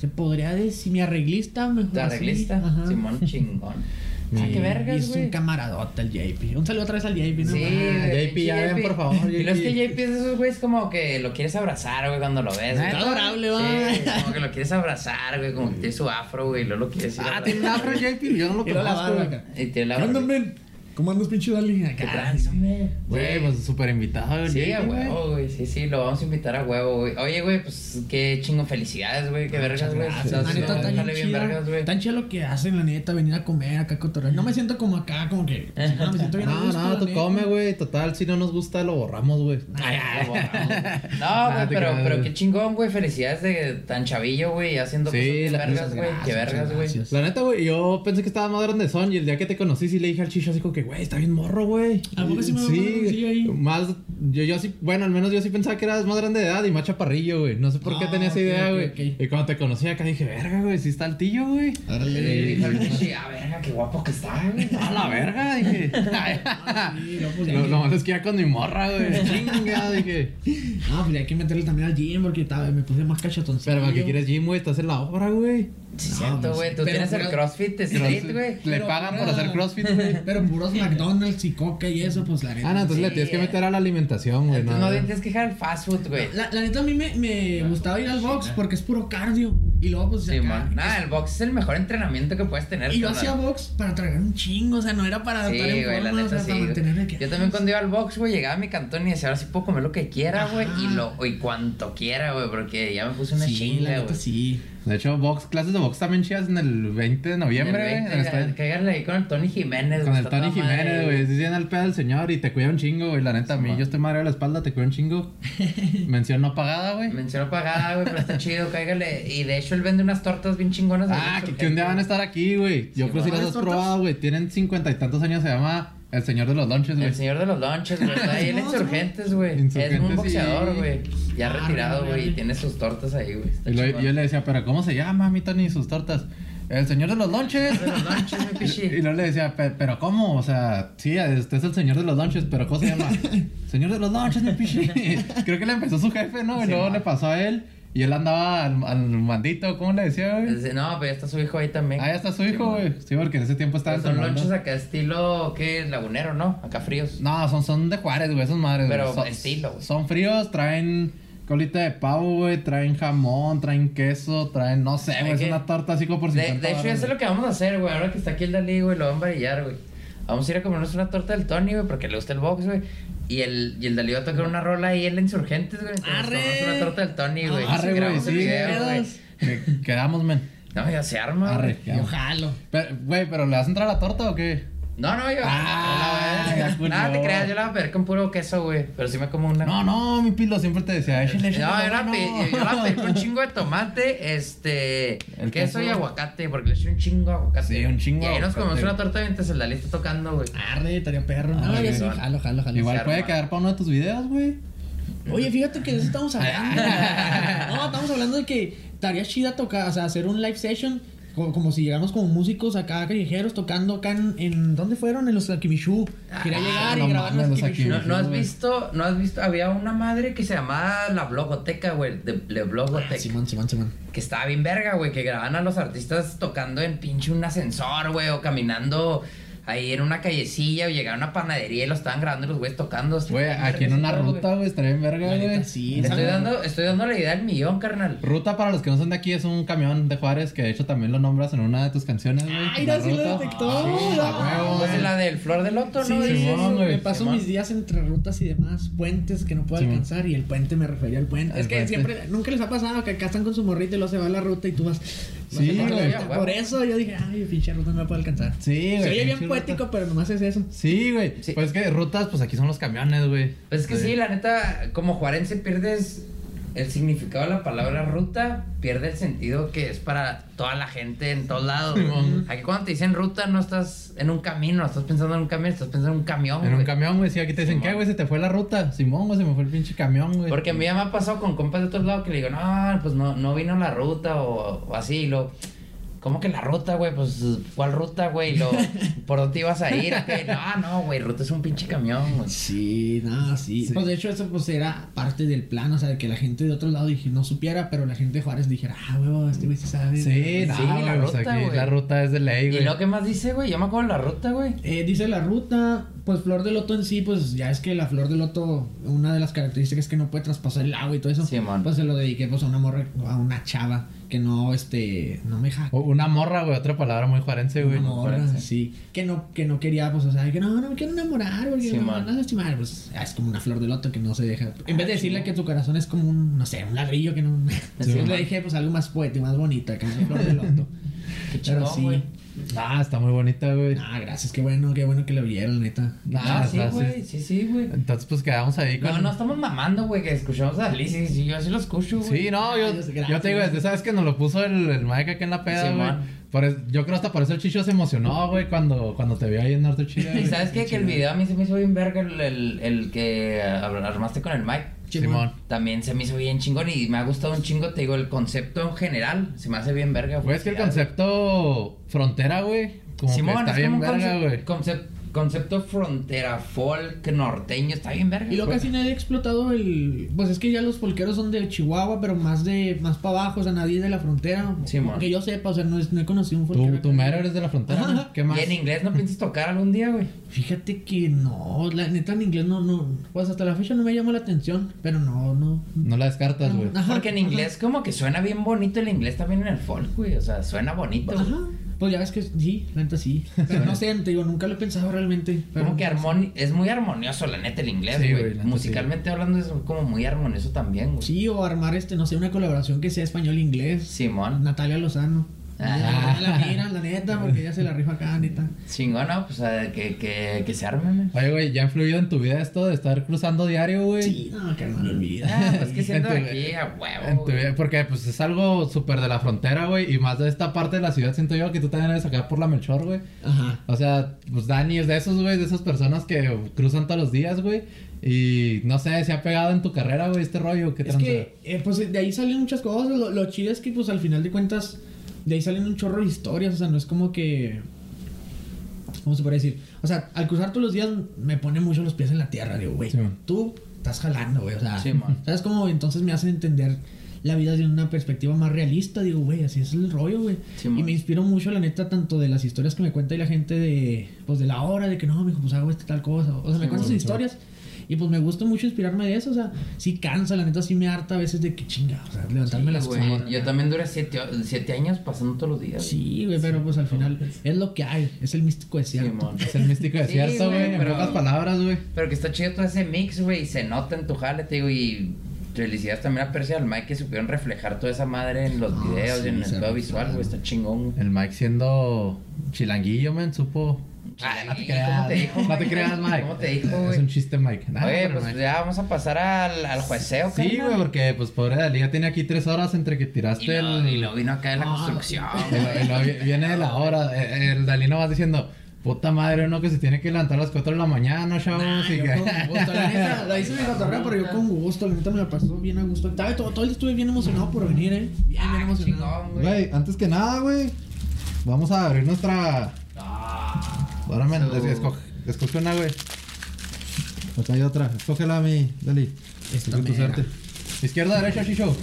Se podría decir mi arreglista, Ah, mejor. Tu así, arreglista, ajá. Simón Chingón. Sí, Ah, qué vergas, es un güey. camaradota el JP. Un saludo otra vez al JP, ¿no? Sí, Ah, güey, JP, ya pinche ven, por favor, Y lo es JP. que JP es de esos güeyes como que lo quieres abrazar, güey, cuando lo ves. güey. Está adorable, va. Sí, como que lo quieres abrazar, güey, como que tiene su afro, güey, y luego lo quieres ir a Ah, abrazar, tiene un afro güey. JP, yo no lo Quiero la conozco, barba güey. acá. Y tiene ¿Qué la onda, barba. men? ¿Cómo andas, pinche Dali? ¿Qué Acá. tranza, men? Güey, pues súper invitado, el Sí, a JP, güey. huevo, güey. Sí, sí, lo vamos a invitar a huevo, güey. Oye, güey, pues qué chingo felicidades, güey. Qué vergas, güey. Ah, Gracias, Estás la neta, haciendo- tan sale bien chido, vergas, güey. Tan chido lo que hacen, la neta, venir a comer acá cotorrear. No me siento como acá, como que. Eh. No, me siento bien. a No, gusto, no, la tú neta. come, güey. Total, si no nos gusta, lo borramos, güey. Ay, ay, ay. Nah, No, güey, te pero, creas, pero güey. qué chingón, güey. Felicidades de tan chavillo, güey, haciendo Sí, cosas bien la- vergas, muchas güey. Qué gracias, vergas, muchas güey. gracias. La neta, güey, yo pensé que estaba más grande son y el día que te conocí sí le dije al chicho así como que, güey, está bien morro, güey. ¿A poco sí me va a mandar un Sí, cuchillo ahí? más, yo, yo sí, bueno, al menos yo sí pensaba que eras más grande de edad y más chaparrillo, güey. No sé por qué Ah, tenía esa ok, idea, ok, güey. ok. Y cuando te conocí acá dije, verga, güey, sí está altillo, güey. Y Órale. le dije al pinche, ah, verga, qué guapo que está, güey. A la verga, dije. Sí, no, pues, ya lo, que- lo malo es que ya con mi morra, güey. Chinga, dije. No, pues ya hay que meterle también al gym porque estaba- me puse más cachotoncillo. Pero para qué quieres gym, güey, estás en la obra, güey. Sí, No, siento, pues, güey. Tú pero tienes el pura- CrossFit Street, güey. Le Pero pagan por pura- hacer crossfit, güey. Pero puros McDonald's y coca y eso, pues la neta. Ah, no, entonces le Sí. eh. tienes que meter a la alimentación, güey. Entonces no, no te tienes que dejar el fast food, güey. La, la neta a mí me, me gustaba ir al box porque es puro cardio. Y luego pues Sí, acá- man. Nada, el box es el mejor entrenamiento que puedes tener. Y yo carnal. hacía box para tragar un chingo, o sea, no era Ah, para Sí, estar en güey, la forma, o neta sea, sí. para mantenerme que- Yo también cuando iba al box, güey, llegaba a mi cantón y decía, ahora sí puedo comer lo que quiera, güey, y lo y cuanto quiera, güey, porque ya me puse una Sí, "Pues, la chinga, neta güey. sí. De hecho, box, clases de box también chidas en el 20 de noviembre, güey. En el en el 20, estadio- Cáiganle ahí con el Tony Jiménez, Con güey, el está Tony toda madre, Jiménez, güey. Se llena el pedo del señor y te cuida un chingo, güey. La neta, a mí, yo estoy madre de la espalda, te cuida un chingo. Mención no pagada, güey. Mención pagada, güey, pero está chido, cáigale. Y de hecho él vende unas tortas bien chingonas. ahí Ah, en que, Surgente, que un día van a estar aquí, güey. Yo creo Sí, que si va. las has probado, güey. Tienen cincuenta y tantos años, se llama El Señor de los Lunches, El güey. señor de los lonches, güey. Está ahí en No, Insurgentes, güey. Es Insurgentes, un sí. boxeador, güey. Ya Ah, retirado, güey. Y dale. tiene sus tortas ahí, güey. Está Y luego chingón. yo le decía, pero ¿cómo se llama, mi Tony, sus tortas? El Señor de los Lunches. De los lonches, mi pichi. Y luego le decía, "Pe- pero ¿cómo? O sea, sí, usted es el señor de los lunches, pero ¿cómo se llama? señor de los lunches, mi pichi. Creo que le empezó su jefe, ¿no? Y Sí, luego ma. le pasó a él y él andaba al, al mandito, ¿cómo le decía, güey? Dice, No, pero ya está su hijo ahí también. Ah, ya está su Sí, hijo, man. güey. Sí, porque en ese tiempo estaba Pero Son enfermando. lonches acá estilo, ¿qué? Lagunero, ¿no? Acá fríos. No, son, son de Juárez, güey, esos madres, güey. Pero Son- estilo, güey. Son fríos, traen colita de pavo, güey, traen jamón, traen queso, traen, no sé, güey, ¿Saben es qué? una torta así como por De, 50 de hecho, eso es lo que vamos a hacer, güey. Ahora que está aquí el Dalí, güey, lo vamos a brillar, güey. Vamos a ir a comernos una torta del Tony, güey, porque le gusta el box, güey. Y el, y el Dalí va a tocar una rola ahí en la Insurgentes, güey. Entonces, Arre. tomamos una torta del Tony, güey. Arre, güey, Grabamos el sí. video, güey. Que- Quedamos, men. No, ya se arma, Arre, güey. ya. Yo jalo. Pero, Güey, pero ¿le vas a entrar a la torta o qué? No, no, yo. Ah, yo la voy a- está cool, nada, te no. creas, yo la voy a ver con puro queso, güey. Pero sí me como una. No, no, mi pilo siempre te decía, échale, No, yo échale. la, no". pedí, yo la pedí con un chingo de tomate, este, El queso queso. y aguacate, porque le eché un chingo de aguacate. Sí, un chingo Y ahí nos aguacate. comimos una torta mientras el Dalí está tocando, güey. Arre, estaría perro. Ah, No, yo sí. sí, jalo, jalo, jalo. Igual se puede arma. quedar para uno de tus videos, güey. Oye, fíjate que de eso estamos hablando. No, estamos hablando de que estaría chida tocar, o sea, hacer un live session. co- Como si llegamos como músicos acá, callejeros, tocando acá en... en- ¿Dónde fueron? En los Akimishu. Quería Ah, llegar no y grabar mames, los los Akimishu. No, no has güey. visto, no has visto, había una madre que se llamaba la blogoteca, güey, de, de blogoteca. Ah, Simón, Simón, Simón. que estaba bien verga, güey, que grababan a los artistas tocando en pinche un ascensor, güey, o caminando ahí en una callecilla, o llegaron a una panadería y lo estaban grabando y los güeyes tocando. Está Güey, bien aquí verga en ese una pedo, ruta, güey. güey, estaría bien verga, La neta, güey. sí. Esa- Estoy dando, estoy dando la idea del millón, carnal. Ruta para los que no son de aquí es un camión de Juárez que de hecho también lo nombras en una de tus canciones, güey. Ay, La no, sí lo ruta. Ah, detectó. Sí, a huevo, eh. Pues güey. la del flor del loto, Sí, ¿no? sí, Simón, sí, güey, me paso Simón. mis días entre rutas y demás, puentes que no puedo Simón. alcanzar y el puente me refería al puente. Al es que puente. siempre, nunca les ha pasado que acá están con su morrito y luego se va a la ruta y tú vas. Sí, vas a la güey. ruta. Por eso yo dije, ay, pinche ruta no la puedo alcanzar. Sí, güey. Se oye bien pinche poético, ruta. pero nomás es eso. Sí, güey. Sí. Pues es que rutas, pues aquí son los camiones, güey. Pues es que sí, la neta, como juarense pierdes el significado de la palabra ruta, pierde el sentido que es para toda la gente en todos lados. güey. Simón. Aquí cuando te dicen ruta no estás en un camino, estás pensando en un camino, estás pensando en un camión. En un güey. camión, güey. Sí, aquí te dicen, Simón. ¿qué, güey? Se te fue la ruta. Simón, güey, se me fue el pinche camión, güey. Porque a mí ya me ha pasado con compas de otros lados que le digo, no, pues no, no vino la ruta o, o así, y lo. ¿Cómo que la ruta, güey? Pues, ¿cuál ruta, güey? Y Lo, ¿Por dónde ibas a ir? ¿A qué? No, no, güey, ruta es un pinche camión, güey. Sí, no, sí. Sí. Pues de hecho, eso pues era parte del plan, o sea, de que la gente de otro lado dije, no supiera, pero la gente de Juárez dijera, ah, huevo, este güey se sabe. Sí, no, Sí, güey, la o sea, ruta, aquí güey. la ruta es de ley, ¿Y güey. lo que más dice, güey? Yo me acuerdo de la ruta, güey. Eh, dice la ruta, pues Flor de Loto en sí, pues ya es que la Flor de Loto, una de las características es que no puede traspasar el agua y todo eso. Sí, man. Pues se lo dediqué pues a una morra, a una chava que no, este, no me O- jacó. Una morra, güey. Otra palabra muy juarense, güey. Una morra, Juarense. sí, que no, que no quería, pues, o sea, que no, no me quiero enamorar, porque Sí, me man. Ah, van a lastimar, pues, ah, es como una flor de loto que no se deja, en vez de decirle que tu corazón es como un, no sé, un ladrillo que no, Sí, yo le man. dije, pues, algo más poético, más bonito, que es una flor de loto, Qué pero chingón, sí, güey. Ah, está muy bonita, güey. ah, gracias, qué bueno, qué bueno que lo vieron, neta, Ah, Ah, sí, está, sí. güey, sí, sí, güey. Entonces, pues quedamos ahí con. No, no estamos mamando, güey, que escuchamos a Liz y sí, yo así lo escucho, güey. Sí, no, yo, Dios, gracias. yo te digo, desde sabes que nos lo puso el, el Mike acá en la peda, Sí, güey. man. Por es- yo creo hasta por eso el Chicho se emocionó, güey, cuando, cuando te vio ahí en Norte Chile. ¿Y sabes qué? Que el video a mí se me hizo bien verga el, el, el que eh, armaste con el Mike. Simón. También se me hizo bien chingón y me ha gustado un chingo, te digo, el concepto en general se me hace bien verga. Güey, es que el concepto frontera, güey. Como Simón, que está es bien como un verga, conce- güey. concep- concepto frontera, folk, norteño, está bien verga. Y luego güey. Pues- casi nadie ha explotado el. Pues es que ya los polqueros son de Chihuahua, pero más de más para abajo, o sea, nadie es de la frontera. Sí, man. que yo sepa, o sea, no, es- no he conocido un Tú, folquero. tú mero eres de la frontera, Ajá. ¿no? ¿Qué más? Y en inglés no piensas tocar algún día, güey. Fíjate que no, la neta en inglés no, no. Pues hasta la fecha no me llamó la atención, pero no, no. No la descartas, güey. Ajá, Porque en inglés como que suena bien bonito el inglés también en el folk, güey. O sea, suena bonito. güey. Ajá. Pues ya ves que sí, la neta sí. Pero no sé, te digo, nunca lo he pensado realmente. Pero pues Como que armoni es muy armonioso, la neta, el inglés, Sí, güey. güey, la neta, Musicalmente hablando es como muy armonioso también, güey. Sí, o armar este, no sé, una colaboración que sea español-inglés. Simón. Natalia Lozano. Ah. La mira, la neta, porque ella se la rifa acá, neta. Chingón, ¿no? Pues eh, que, que, que se arme, men. Oye, güey, ¿ya ha influido en tu vida esto de estar cruzando diario, güey? Sí, no, que no lo olvida. Ah, pues que siendo En tu- aquí a En huevo. tu vida, güey. porque pues es algo súper de la frontera, güey. Y más de esta parte de la ciudad siento yo que tú también eres acá por la Melchor, güey. Ajá. O sea, pues Dani es de esos, güey, de esas personas que cruzan todos los días, güey. Y no sé, se ha pegado en tu carrera, güey, este rollo. ¿Qué Es que, eh, pues de ahí salen muchas cosas. Lo, lo chido es que, pues al final de cuentas, de ahí salen un chorro de historias. O sea, no es como que. ¿Cómo se puede decir? O sea, al cruzar todos los días me pone mucho los pies en la tierra. Digo, güey, Sí, man. tú estás jalando, güey. O sea, Sí, man. ¿sabes cómo? Entonces me hace entender la vida desde una perspectiva más realista. Digo, güey, así es el rollo, güey. Sí, man. y me inspiro mucho, la neta, tanto de las historias que me cuenta y la gente de, pues de la hora, de que no, mijo, pues hago esta tal cosa. O sea, me Sí, cuentan sus man. historias. Y pues me gusta mucho inspirarme de eso, o sea, sí cansa, la neta sí me harta a veces de que chinga, o sea, levantarme las Güey, cosas. Yo también duré siete, o- siete años pasando todos los días. Sí, güey, pero pues al final es lo que hay, es el místico desierto. Simón. Es el místico Sí, desierto, güey, güey, en pero- pocas palabras, güey. Pero que está chido todo ese mix, güey, y se nota en tu jale, te digo, y felicidades también a Percy y al Mike que supieron reflejar toda esa madre en los Ah, videos sí, y en se el pedo rifaron. visual, güey, está chingón. güey. El Mike siendo chilanguillo, men, supo Chile, no te Ay, ¿cómo creas. eh. te dijo, no te Mike? creas, Mike. ¿Cómo te dijo, Es güey? un chiste, Mike. Nah, Oye, pero pues Mike. ya vamos a pasar al, al jueceo, Sí, carnal. güey, porque pues pobre Dalí ya tenía aquí tres horas entre que Y tiraste luego- el. y luego vino acá de la Ah, No. construcción. el- el- el- viene de la hora. El, el Dalí no vas diciendo, puta madre, uno que se tiene que levantar a las 4 de la mañana, chavos. y yo que- con gusto, la neta, la hice mi cotorreo, pero yo con gusto, la neta me la pasó bien a gusto. Estaba- Todo, todo el día estuve bien emocionado por venir, eh. Bien, bien Ah, emocionado. chingón, güey. Güey, antes que nada, güey, vamos a abrir nuestra. Ah, Ahora me Su- escoge, escoge una, güey. Acá hay otra. Escógela, mi Dali. Esta Escoge tu mera. suerte. Izquierda, derecha, Shisho.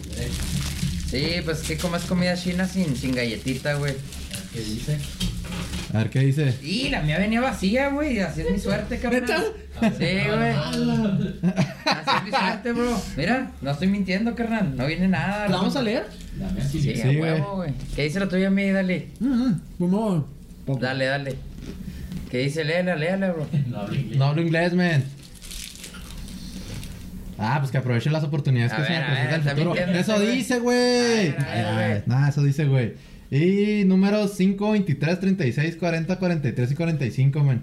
Sí, pues que comas comida china sin, sin galletita, güey. ¿Qué dice? A ver qué dice. Y la mía venía vacía, güey. Así es mi suerte, cabrón. ¿Neta? Ah, Sí, güey. Ah, Así es mi suerte, bro. Mira, no estoy mintiendo, carnal. No viene nada. ¿La Pues vamos a leer? La mía sí, Sí, dice. a Sí, huevo, güey. ¿Qué dice la tuya, mi? Dale. Ujú, pues Vamos. Dale, dale. ¿Qué dice? Léala, léala, bro. No hablo inglés. No hablo inglés, man. Ah, pues que aprovechen las oportunidades A que se ver, me a ver, presentan en el también futuro. tiene Eso ese, güey. dice, güey. A ver, a ver, güey. Nada, eso dice, güey. Y números 5, 23, 36, 40, 43 y 45, man.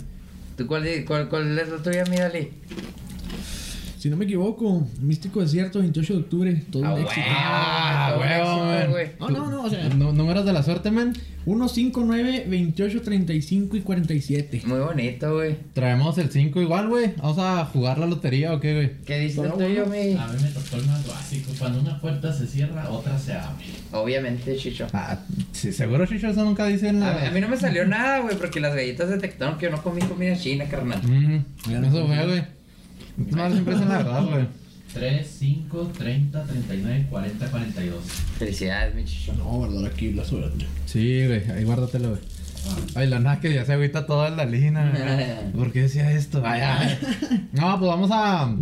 ¿Tú cuál, di- cuál, cuál es la tuya, mi? Dale. Si no me equivoco, Místico Desierto, 28 de octubre, todo Ah, un huevo, éxito. Ah, todo un huevo, éxito, man. güey. No, no, no, o sea, Nú- Números de la suerte, man. 1, 5, 9, 28, 35 y 47. Muy bonito, güey. Traemos el 5 igual, güey. Vamos a jugar la lotería o qué, güey. ¿Qué dice el Pero tuyo, bueno. mi? A mí me tocó el más básico. Cuando una puerta se cierra, otra se abre. Obviamente, Chicho. Ah, sí, seguro, Chicho, eso nunca dice en A la. mí, a mí no me salió nada, güey, porque las galletas detectaron que yo no comí comida china, carnal. Mm, eso fue, güey. Estas madres siempre dicen la verdad, güey. 3, 5, 30, 39, 40, 42. Felicidades, mi Chicho. No, guardar aquí la suerte. Sí, güey. Ahí guárdatelo, güey. Ay, la nada que ya se agüita toda la lina, güey. ¿Por qué decía esto? Ay, ay. No, pues vamos a.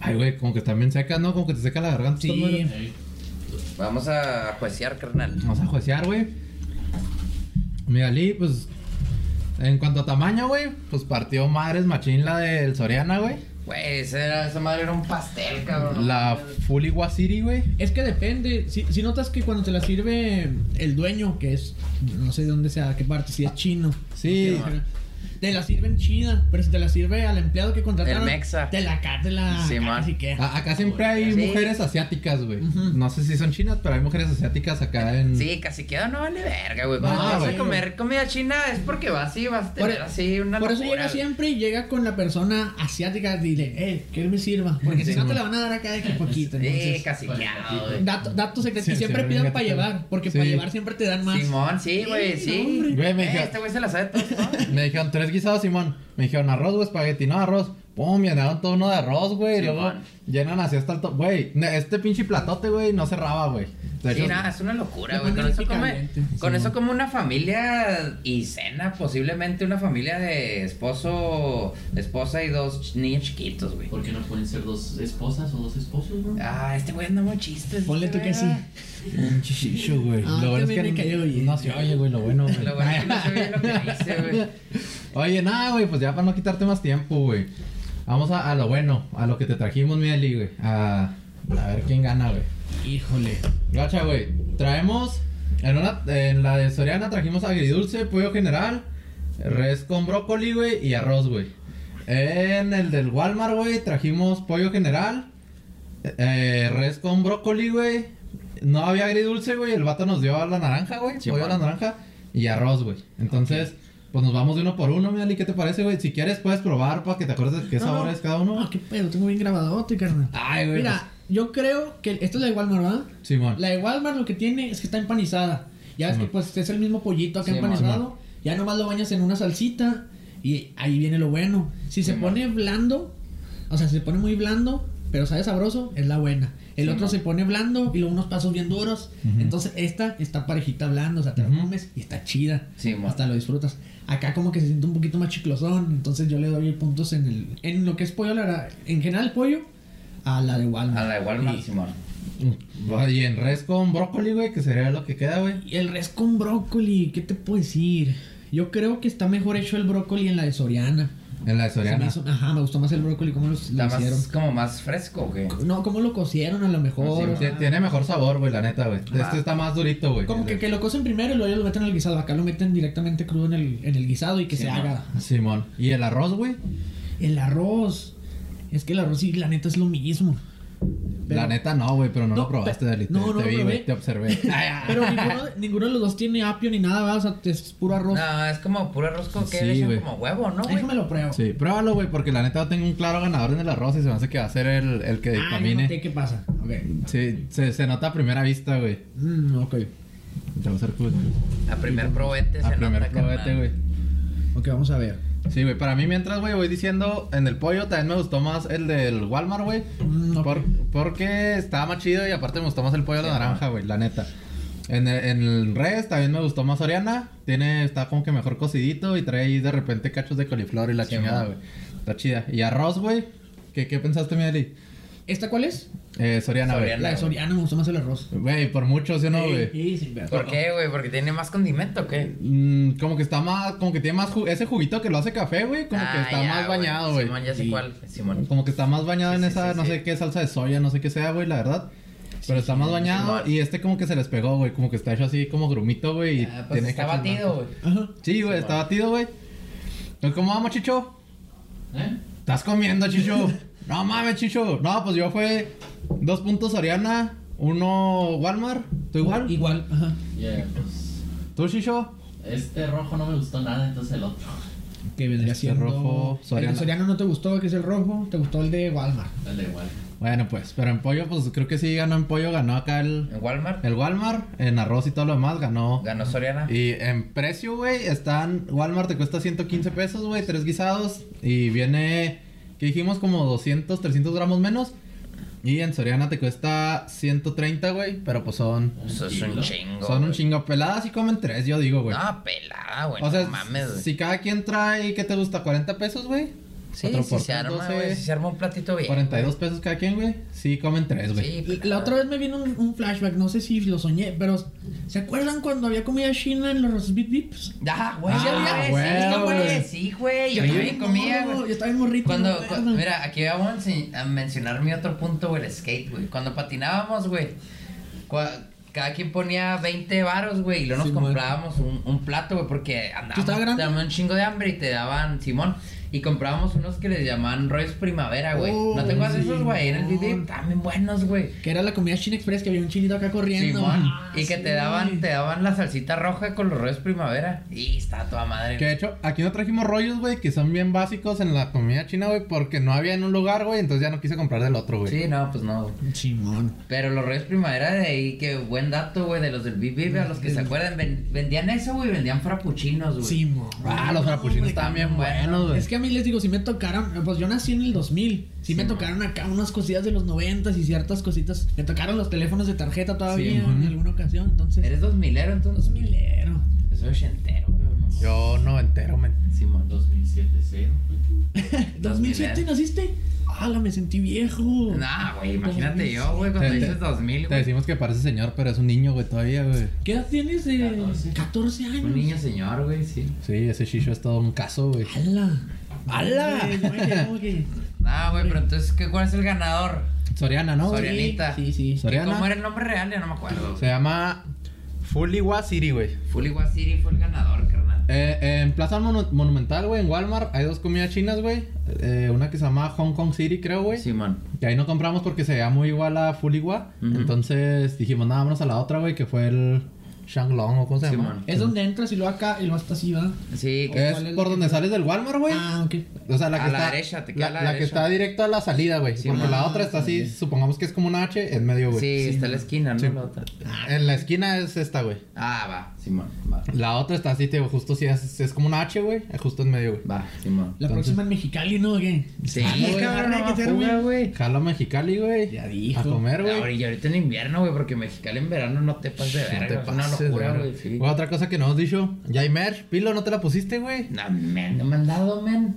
Ay, güey, como que también seca, ¿no? Como que te seca la garganta. Sí. estas madres. Eh, Vamos a juecear, carnal. Vamos a juecear, güey. Mira, Lee, pues. En cuanto a tamaño, güey, pues partió madres machín la del Soriana, güey. Güey, esa, era- esa madre era un pastel, cabrón. La Fully Wasiri, güey. Es que depende, si, si notas que cuando te la sirve el dueño, que es, no sé de dónde sea, qué parte, si es chino. Sí. Te la sirven china, pero si te la sirve al empleado que contrataron, El mexa. te la ca- te la Sí, ca- man. Ah. así que- A- acá siempre hay Sí. mujeres asiáticas, güey. Ujú. No sé si son chinas, pero hay mujeres asiáticas acá en. Sí, casi quedó, no vale verga, güey. Mm. No, Cuando vas güey. a comer comida china es porque vas y vas a Por- tener así una Por eso locura, llega güey. siempre y llega con la persona asiática, dile, eh, que me sirva, porque si Sí, no te man. la van a dar acá de que poquito. Sí, Entonces, casi quedado, güey. dato, dato secreto, Sí, que siempre sí, pidan venga, para tú llevar, también. porque Sí. para llevar siempre te dan más. Simón, sí, güey, sí. Güey, me Eh, dijo- Este güey se la sabe todo. Me dijeron tres guisados, Simón. Me dijeron arroz o espagueti, no arroz. Pum, llenaron todo uno de arroz, güey. Y luego Simón. llenan así hasta el top. Güey, ne- este pinche platote, güey, no cerraba, güey. De Sí, hecho, nada, es una locura, Le güey. Con ponen eso come, picante. con Sí. eso come una familia y cena, posiblemente una familia de esposo, esposa y dos ch- niños chiquitos, güey. ¿Por qué no pueden ser dos esposas o dos esposos, no? Ah, este güey anda muy chistes. Ponle este tú que güey, sí. ¿verdad? Pinche shishu, güey. Ah, lo bueno es también que me cayó bien. no se oye, güey, lo bueno, güey. Lo bueno es que no se oye lo que dice, güey. Oye, nada, güey, pues ya para no quitarte más tiempo, güey. Vamos a, a lo bueno, a lo que te trajimos, mi Ali, güey. A, a ver quién gana, güey. Híjole. Gacha, güey. Traemos. En, una- en la de Soriana trajimos agridulce, pollo general, res con brócoli, güey, y arroz, güey. En el del Walmart, güey, trajimos pollo general, eh, res con brócoli, güey. No había agridulce, güey. El vato nos dio la naranja, güey. Sí, pollo a la bueno. naranja y arroz, güey. Entonces, pues nos vamos de uno por uno, mi Ali. ¿Qué te parece, güey? Si quieres, puedes probar para que te acuerdes de qué No, sabor no. es cada uno. Ah, No, qué pedo, tengo bien grabadote, carnal. Ay, güey. Mira, yo creo que esto es la de Walmart, ¿verdad? pues, Simón. La de Walmart lo que tiene es que está empanizada. Ya ves Simón. que pues es el mismo pollito acá Simón. empanizado. Ya nomás lo bañas en una salsita y ahí viene lo bueno. Si se Simón. pone blando, o sea, si se pone muy blando, pero sabe sabroso, es la buena. El otro Simón. se pone blando y luego unos pasos bien duros. Ujú. Entonces esta está parejita blando, o sea, te Ujú. la comes y está chida. Simón. Hasta lo disfrutas. Acá como que se siente un poquito más chiclosón, entonces yo le doy puntos en el en lo que es pollo, la verdad, en general pollo a la de Walmart. A la de Walmart, Y- Simón. Mm, Y en res con brócoli, güey, que sería lo que queda, güey. Y el res con brócoli, ¿qué te puedo decir? Yo creo que está mejor hecho el brócoli en la de Soriana. En la de Se me Soriana. hizo- ajá, me gustó más el brócoli, cómo los, lo Está más, hicieron. como más fresco, güey. No, cómo lo cocieron a lo mejor. o Sí, sea, Tiene mejor sabor, güey, la neta, güey. Ah. Este está más durito, güey. Como que, que lo cocen primero y luego lo meten al guisado. Acá lo meten directamente crudo en el, en el guisado y que Sí, se ¿no? haga. Simón. ¿Y el arroz, güey? El arroz. Es que el arroz, sí, la neta es lo mismo. Pero- La neta no, güey, pero no, No, lo probaste, pe- Dalí. Te, no, no te lo vi, probé. güey, te observé. Pero ninguno, de- ninguno de los dos tiene apio ni nada, ¿verdad? O sea, es puro arroz. No, es como puro arroz con que Sí, le echan güey. como huevo, ¿no, güey? Déjame lo pruebo. Sí, pruébalo, güey, porque la neta tengo un claro ganador en el arroz y se me hace que va a ser el, el que ah, ya noté dictamine. qué pasa. Ok. Sí, se, se nota a primera vista, güey. Mm, ok. Te va a hacer cool. A primer probete A se primer nota, probete, carnal. güey. Ok, vamos a ver. Sí, güey, para mí mientras, güey, voy diciendo, en el pollo también me gustó más el del Walmart, güey. Mm, ok. por- porque estaba más chido y aparte me gustó más el pollo de Sí, naranja, güey, la neta. En el, en el res también me gustó más Oriana. Tiene, está como que mejor cocidito y trae ahí de repente cachos de coliflor y la Sí, chingada, man. güey. Está chida. Y arroz, güey. ¿Qué, ¿Qué pensaste, Meli? ¿Esta cuál es? Eh, Soriana, güey. Soriana. La de Soriana me gustó más el arroz. Güey, por mucho, ¿sí o no, güey? Sí, sí, sí, ¿Por qué, güey? ¿Porque tiene más condimento o qué? Mm, como que está más, como que tiene más ju- ese juguito que lo hace café, güey. Como que Ah, está ya, más güey. bañado, güey. Simón, ya sé Sí. cuál. Simón. Como que está más bañado Sí, en sí, esa, sí, no sí. sé qué salsa de soya, no sé qué sea, güey, la verdad. Pero está más bañado Simón. y este como que se les pegó, güey. Como que está hecho así como grumito, güey. y Ah, pues está cachos batido, blancos. güey. Ajá. Sí, güey, está batido, güey. Entonces, ¿Cómo vamos, Chicho? ¿Eh? ¿Estás comiendo, Chicho? no mames, Chicho. No, pues yo fue dos puntos Soriana, uno Walmart. ¿Tú igual? Igual, ajá. Yeah, pues. ¿Tú, Chicho? Este rojo no me gustó nada, entonces el otro. Que vendría Este siendo. rojo, Soriana. El de Soriana no te gustó, que es el rojo. Te gustó el de Walmart. Dale igual. Bueno, pues, pero en pollo, pues creo que sí ganó en pollo, ganó acá el, En Walmart. el Walmart, en arroz y todo lo demás, ganó. Ganó Soriana. Y en precio, güey, están. Walmart te cuesta 115 pesos, güey, tres guisados. Y viene, que dijimos, como 200, 300 gramos menos. Y en Soriana te cuesta 130, güey, pero pues son. Eso es un kilo. chingo. Son un güey. chingo. Peladas y comen tres, yo digo, güey. No, pelada, güey. o sea, no mames, güey. si cada quien trae, ¿qué te gusta? ¿40 pesos, güey? Sí, cuatro si por se tres, arma, doce, güey. Si se arma un platito bien. 42 pesos cada quien, güey. Sí, comen tres, güey. Sí, La- pelada. La otra vez me vino un, un flashback, no sé si lo soñé, pero ¿se acuerdan cuando había comida china en los Beat Beeps? Ah, güey. Ah, sí, había- huevo, sí, güey. güey. Sí, güey. Yo también comía, Yo güey. estaba bien morrito. Cuando, me cu- acuerdo. mira, aquí vamos a ense- a mencionar mi otro punto, güey, el skate, güey. Cuando patinábamos, güey, cua- cada quien ponía 20 varos, güey, y luego nos Sí, man. comprábamos un, un plato, güey, porque andábamos, estaba grande? teníamos un chingo de hambre y te daban, Simón, y comprábamos unos que les llamaban Royce Primavera, güey. Oh, ¿No te acuerdas de sí, esos, güey? En el man. video también buenos, güey. Que era la comida China Express, que había un chinito acá corriendo. Simón, Ah, y que sí. te daban, te daban la salsita roja con los Royce Primavera. Y está toda madre. Que de hecho, aquí no trajimos rollos, güey, que son bien básicos en la comida china, güey, porque no había en un lugar, güey, entonces ya no quise comprar del otro, güey. Sí, no, pues no, güey. Simón. Pero los Reyes Primavera de ahí, que buen dato, güey, de los del BBB, a los que se acuerdan, ven- vendían eso, güey, vendían frappuccinos, güey. Simón. Ah, los frappuccinos estaban bien buenos, güey. Es que a mí les digo, si me tocaron, pues yo nací en el 2000, si me Simón. tocaron acá unas cosillas de los 90 y ciertas cositas, me tocaron los teléfonos de tarjeta todavía Simón. en alguna ocasión, entonces... ¿Eres dos milero entonces? milero. Yo soy ochentero, güey. no. Yo no entero, men. Simón. 2007, cero. 2007 naciste. ¡Hala, me sentí viejo! Nah, güey, imagínate yo, güey, cuando Te- te- dices 2000, Te güey. decimos que parece señor, pero es un niño, güey, todavía, güey. ¿Qué edad tienes? eh? 14. 14. años. Un niño señor, güey, sí. Sí, ese shisho es todo un caso, güey. ¡Hala! ¡Hala! Yo me quedé como que- Nah, güey, pero entonces, ¿qué, ¿cuál es el ganador? Soriana, ¿no? güey? Sorianita. Sí, sí. ¿Y Soriana. ¿Cómo era el nombre real? Ya no me acuerdo. Se llama Fully Wasiri, güey. Fully Wasiri fue el ganador, carnal. Eh, eh, en Plaza Monu- Monumental, güey, en Walmart, hay dos comidas chinas, güey. Eh, una que se llama Hong Kong City, creo, güey. Simón. Y ahí no compramos porque se veía muy igual a Fuligua. Ujú. Entonces dijimos, nada, vámonos a la otra, güey, que fue el Shanglong o cómo se llama. Simón. Es donde entras y lo acá y lo hasta así, ¿verdad? Sí, que- Es ¿Cuál es por la donde sales del Walmart, güey. Ah, ok. O sea, la A que la está. derecha, te queda la, a la la que derecha. está directo a la salida, güey. Sí, porque man. la otra está así, supongamos que es como una H en medio, güey. sí, está en la esquina, ¿no? Sí. La otra. En la esquina es esta, güey. Ah, va, Simón, va. La otra está así, te digo, justo si es, es como una H, güey. Justo en medio, güey. Va, Simón. La próxima en Mexicali, ¿no? ¿O ¿Qué? Sí, Ah, no, cabrón, hay que a ser fuga, bien. güey. Jalo a Mexicali, güey. Ya dijo. A comer, Ahora, güey. y ahorita en invierno, güey, porque Mexicali en verano no te pases de verga. No te es una pases, locura, verga. güey. Sí. Güey, otra cosa que no hemos dicho. Ya hay merch. Pilo, ¿no te la pusiste, güey? No, man, no me han dado, men.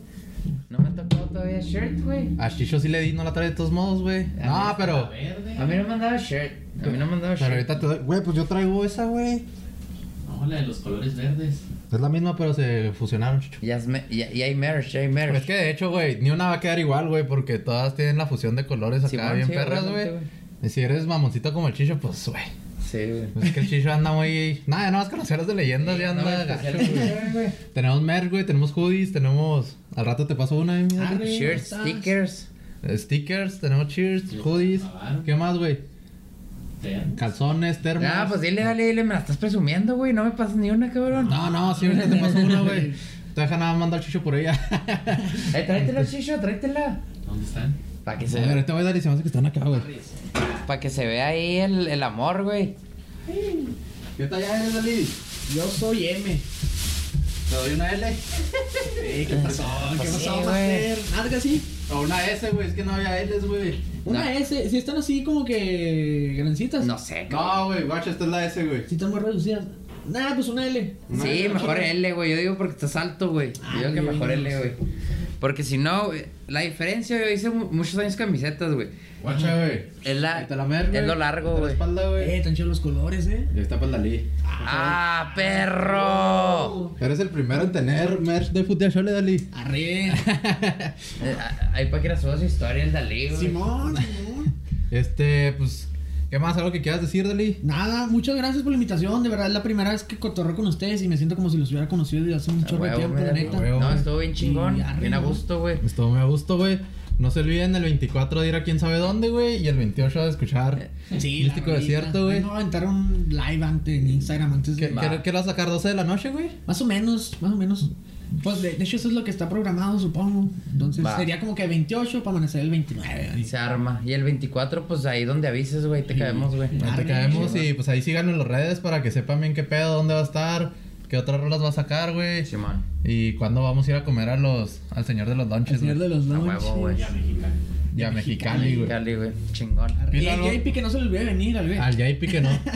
No me ha tocado todavía shirt, güey. A Chicho sí le di, no la trae de todos modos, güey. mí No, pero. Verde. A mí no me han dado shirt. A mí no me han dado shirt. Pero ahorita te doy. Güey, pues yo traigo esa, güey. No, la de los colores verdes. Es la misma, pero se fusionaron, chucho. Ya, es me- ya, ya hay merch, ya hay merch. Es que de hecho, güey, ni una va a quedar igual, güey, porque todas tienen la fusión de colores acá Simón, bien sí, perras, obviamente, güey. Y si eres mamoncito como el Chicho, pues, güey. Sí, güey. Es que el Chicho anda muy. Nada, no vas a conocer las de leyendas, ya No, anda gacho, especialmente, güey. güey. Tenemos merch, güey, tenemos hoodies, tenemos. Al rato te paso una, eh, Ah, mi Adri. Arre, Shirts, estás- stickers. Eh, Stickers, tenemos cheers, hoodies. Ah, ¿Qué más, güey? Termos. Calzones, termos. Ah, pues dile, dale, dile, me la estás presumiendo, güey. No me pasas ni una, cabrón. No, no, sí, ahorita te paso una, güey. Te deja nada más mandar Chicho por ella. Eh, tráetela, Chicho, tráetela. ¿Dónde están? Para que, Sí, se- pero ahorita voy a dar y se me hace que están acá, güey. pa' que se vea ahí el, el amor, güey. ¿Qué talla eres, Alice? Yo soy M. ¿Te doy una L? Eh, Ey, ¿Qué pasó? ¿Qué Pues sí, pasó, güey. Master? Nalga sí. O una S, güey, es que no había L's, güey. Una No. S. Si están así como que grancitas. No sé, cabrón. No, güey, guacha, esta es la S, güey. Si están muy reducidas. Nah, pues una L. Sí, No, mejor no, L, güey. Yo digo porque estás alto, güey. Ah, Yo digo que güey, mejor no L, sé. güey. Porque si no, güey, la diferencia, yo hice mu- muchos años camisetas, güey. Guacha, güey. Es Ah, la. Ahí te la mer, güey. es lo largo, Ahí está la güey. espalda, Eh, güey. tan chidos los colores, eh. Y ahí está pues, para la Lee. ¡Ah, perro! Eres el primero en tener merch de fútbol, Chole, Dalí. Arre. Eh, a- Ahí para que la suba su historia el Dalí, güey. Simón, Simón. Este, pues, ¿qué más? ¿Algo que quieras decir, Dalí? Nada, muchas gracias por la invitación. De verdad, es la primera vez que cotorro con ustedes y me siento como si los hubiera conocido desde hace un Ah, chorro de huevo, tiempo, mira, neta. huevo. No, estuvo bien chingón. Y arriba. Bien a gusto, güey. Estuvo muy a gusto, güey. No se olviden el 24 de ir a quién sabe dónde, güey. Y el 28 de escuchar. Sí, este Místico la Desierto, rolita. güey. Ay, No, aventaron un live antes en Instagram antes ¿Qué, de. Va. qué- qué hora sacar? ¿12 de la noche, güey? Más o menos, más o menos. Pues de, de hecho, eso es lo que está programado, supongo. Entonces Va. sería como que 28 para amanecer el 29. ahí. Se arma. Y el 24, pues ahí donde avises, güey, te caemos, güey. Ahí te Arre, caemos y pues ahí síganlo en las redes para que sepan bien qué pedo, dónde va a estar, qué otras rolas va a sacar, güey. Simón. Y cuándo vamos a ir a comer a los, al señor de los El lunches, señor de güey. los A noches. huevo, güey. Y a Mexicali. Y a Mexicali, güey. Cali, güey. Chingón. Y el Pílalo. JP que no se le olvide venir, al güey. Al JP que no. ¿Tú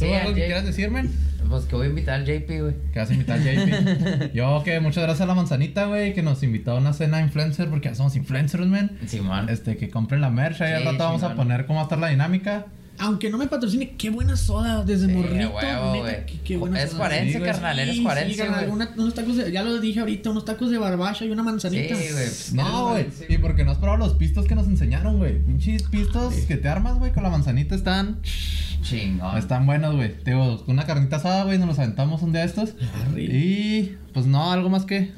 Sí, algo al que JP. quieras decir, men? Pues que voy a invitar al JP, güey. Que vas a invitar al JP. Yo que muchas gracias a la manzanita, güey, que nos invitó a una cena influencer porque ya somos influencers, men. Simón. Este, que compren la merch, ahí al Sí, rato vamos a chingón. poner cómo va a estar la dinámica. Aunque no me patrocine, qué buena soda desde Sí, morrito. a huevo, neta, güey. qué, qué buena Es soda. cuarense, Sí, güey. carnal. Eres Sí, cuarense, sí, carnal, güey. una- unos tacos de, ya lo dije ahorita, unos tacos de barbacha y una Sí, manzanita. güey. pues, eres No, güey. cuarense, Y porque no has probado los pistos que nos enseñaron, güey. Pinches pistos que te armas, güey, con la manzanita están. Chingón. Están buenos, güey. Te digo, una carnita asada, güey, nos los aventamos un día de estos. Y pues no, algo más que.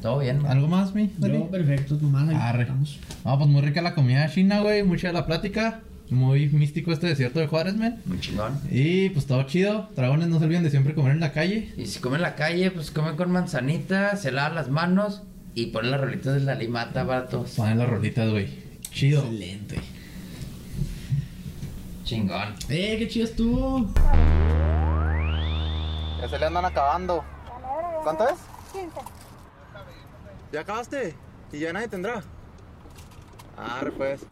Todo bien, güey. ¿Algo más, mi? Dani? Yo, perfecto, nomás ahí Arre. estamos. No, pues muy rica la comida china, güey. Mucha la plática. Muy místico este desierto de Juárez, men. Muy chingón. Y pues todo chido. Dragones no se olviden de siempre comer en la calle. Y si come en la calle, pues come con manzanita, se lava las manos y pone las rolitas de la limata, baratos. Ponen las rolitas, güey. Chido. Excelente. Chingón. Eh, qué chido estuvo. Ya se le andan acabando. ¿Cuánto es? 15. ¿Ya acabaste? ¿Y ya nadie tendrá? Ah, pues.